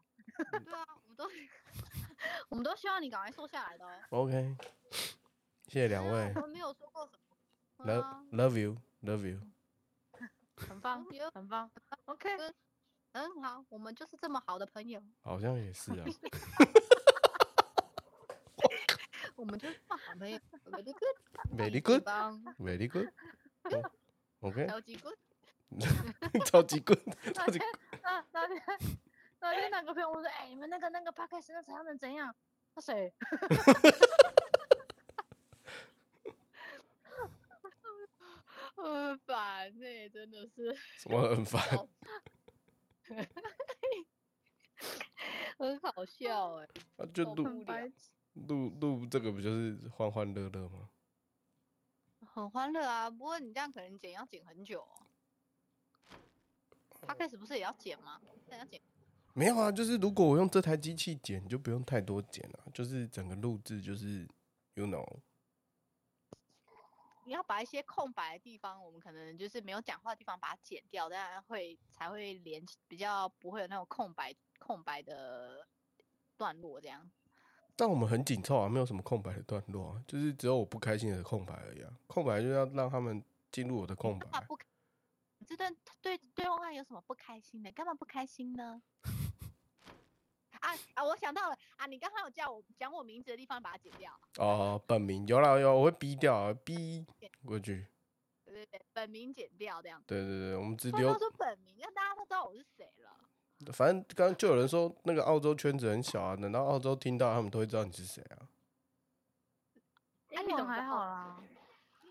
Speaker 2: 对啊，我们都 我们都希望你赶快瘦下来的哦。
Speaker 1: OK，谢谢 两
Speaker 2: 对啊
Speaker 1: 位
Speaker 2: 我们没有说过什么。
Speaker 1: ，Love
Speaker 2: 啊
Speaker 1: Love you Love you。
Speaker 3: 很棒
Speaker 2: 我觉得，
Speaker 3: 很棒。OK，
Speaker 2: 很嗯好，我们就是这么好的朋友，
Speaker 1: 好像也是 啊，
Speaker 2: 我们就是这么好朋友。Very
Speaker 1: Very
Speaker 2: good，very
Speaker 1: good
Speaker 2: 棒
Speaker 1: ，very good 哦。OK，
Speaker 2: 超级 good。
Speaker 1: 超级 good，超
Speaker 3: 那
Speaker 1: 级
Speaker 3: 天那那天那天那个朋友问说，哎、你们那个那个 podcast 那才能怎样？那谁？
Speaker 2: 很烦呢，真的是
Speaker 1: 什么很烦。
Speaker 2: 笑 很好笑哎。
Speaker 1: 啊，就
Speaker 2: 好
Speaker 1: 录
Speaker 2: 无
Speaker 3: 很白
Speaker 2: 聊
Speaker 3: 痴，
Speaker 1: 录录这个不就是欢欢乐乐吗？
Speaker 2: 很欢乐啊，不过你这样可能剪要剪很久哦。他开始不是也要剪吗？但要剪，
Speaker 1: 没有啊，就是如果我用这台机器剪，就不用太多剪了、就是整个录制就是，you know，
Speaker 2: 你要把一些空白的地方，我们可能就是没有讲话的地方把它剪掉，当然会才会连起比较不会有那种空白空白的段落这样。
Speaker 1: 但我们很紧凑啊，没有什么空白的段落啊，就是只有我不开心的空白而已啊。空白就要让他们进入我的空白
Speaker 2: 干，嘛不开？你这段对对话有什么不开心的？干嘛不开 心呢？啊啊！我想到了啊，你刚刚有叫我讲我名字的地方，把它剪掉。啊
Speaker 1: 哦，本名有啦有，我会逼掉啊，逼过去。
Speaker 2: 对对对，本名剪掉这样子。
Speaker 1: 对对对，我们只
Speaker 2: 不要
Speaker 1: 留，
Speaker 2: 说本名，让大家都知道我是谁了。
Speaker 3: 啊
Speaker 1: 反正刚刚就有人说那个澳洲圈子很小啊，等到澳洲听到他们都会知道你是谁啊。
Speaker 2: 哎你
Speaker 3: 英文
Speaker 2: 懂
Speaker 3: 还
Speaker 2: 得
Speaker 3: 好啊
Speaker 2: 哦
Speaker 3: 啦。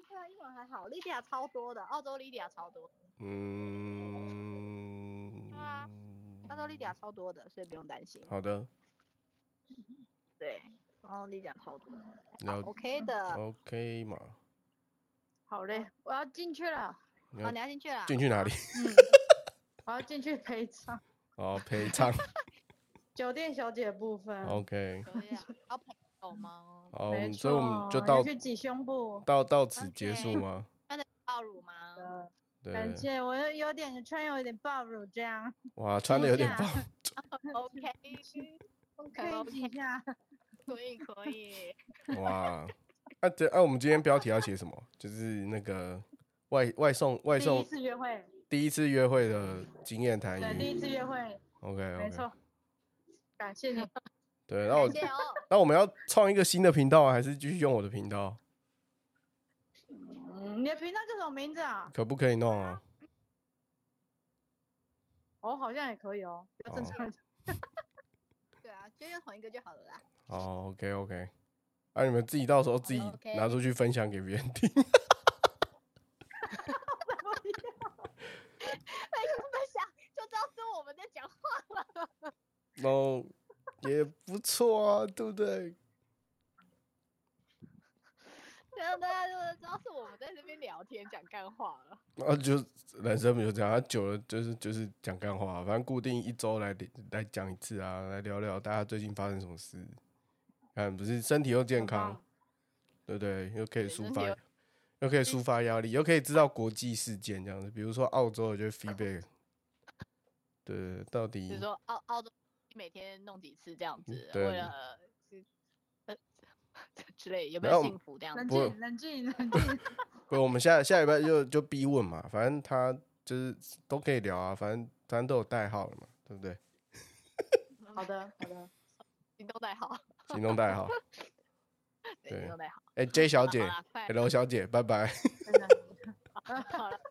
Speaker 2: 对啊，英文还好，莉迪亚超多的，澳洲莉迪亚超多，
Speaker 1: 嗯，
Speaker 2: 啊澳洲莉迪亚超多的，所以不用担心。
Speaker 1: 好的，
Speaker 2: 对，然后莉迪亚超多的
Speaker 1: 了
Speaker 2: ，OK
Speaker 1: 嗯
Speaker 2: 的。
Speaker 1: OK 嘛？
Speaker 3: 好嘞，我要进去 了，
Speaker 1: 你要
Speaker 2: 哦，你要进去了。
Speaker 1: 进去哪里？
Speaker 3: 嗯，我要进去陪唱
Speaker 1: 哦，陪唱。
Speaker 3: 酒店小姐的部分。
Speaker 1: OK，
Speaker 2: 可以啊，要朋友吗？
Speaker 1: 好，我
Speaker 3: 没
Speaker 1: 们
Speaker 3: 错，
Speaker 1: 所以我们就
Speaker 3: 你
Speaker 1: 到
Speaker 3: 去挤胸部。
Speaker 1: 到到此结束
Speaker 2: OK
Speaker 1: 吗？
Speaker 2: 穿的暴乳 吗？
Speaker 1: 对，
Speaker 3: 感谢，我有有点穿有点暴露这样，
Speaker 1: 哇，穿的
Speaker 3: 一
Speaker 1: 有点
Speaker 3: 下
Speaker 1: 爆，
Speaker 2: OK，
Speaker 3: 可以挤一下。
Speaker 2: 可以 可以。
Speaker 1: 哇！啊，这啊，我们今天标题要写什么？就是那个外外送外
Speaker 3: 第一
Speaker 1: 送
Speaker 3: 次约会，
Speaker 1: 第一次约会的经验谈
Speaker 3: 对，第一
Speaker 1: 与
Speaker 3: 次约会，
Speaker 1: OK
Speaker 3: 没
Speaker 1: OK，
Speaker 3: 错。感谢你，
Speaker 1: 对，那我
Speaker 2: 感谢哦，
Speaker 1: 那我们要创一个新的频道啊，还是继续用我的频道？
Speaker 3: 嗯，你的频道叫什么名字啊？
Speaker 1: 可不可以弄啊？
Speaker 3: 哦，好像也可以哦，比较正
Speaker 1: 哦
Speaker 3: 常一点。
Speaker 2: 对啊，就用同一个就好了啦。
Speaker 1: 哦，OK OK，那、啊、你们自己到时候自己
Speaker 2: OK
Speaker 1: 拿出去分享给别人听。
Speaker 2: 每个分享就知道是我们在讲话。
Speaker 1: 然后哦也不错啊，对不对？
Speaker 2: 然后大家就啊知道是我们在这边聊天讲干话了。
Speaker 1: 然后就人生不就这样，啊久了就是就是讲干话啊、反正固定一周来来讲一次啊，来聊聊大家最近发生什么事。看，不是身体又健
Speaker 3: 很
Speaker 1: 康
Speaker 3: 棒，
Speaker 1: 对不对？又可以
Speaker 2: 对
Speaker 1: 抒
Speaker 2: 身体
Speaker 1: 发
Speaker 2: 又，
Speaker 1: 又可以抒发压力，又可以知道国际事件这样子。比如说澳洲，就 feedback，对，到底
Speaker 2: 就是嗯说澳澳洲每天弄几次这样子，
Speaker 1: 嗯对嗯
Speaker 2: 为了 是呃之类有没
Speaker 1: 然后我
Speaker 2: 有幸
Speaker 1: 们
Speaker 2: 福这样
Speaker 3: 冷
Speaker 2: 子？
Speaker 1: 不
Speaker 3: 静，冷静，冷静。
Speaker 1: 不，我们下下礼拜就就逼问嘛，反正他就是都可以聊啊，反正反正都有代号了嘛，对不对？
Speaker 2: 好的，好的，行动代号，
Speaker 1: 行动代号。
Speaker 2: 对，
Speaker 1: 对
Speaker 2: 行动代号。
Speaker 1: 哎、j 小姐
Speaker 2: 好啦快
Speaker 1: ，Hello 小姐，拜拜。
Speaker 2: 好了，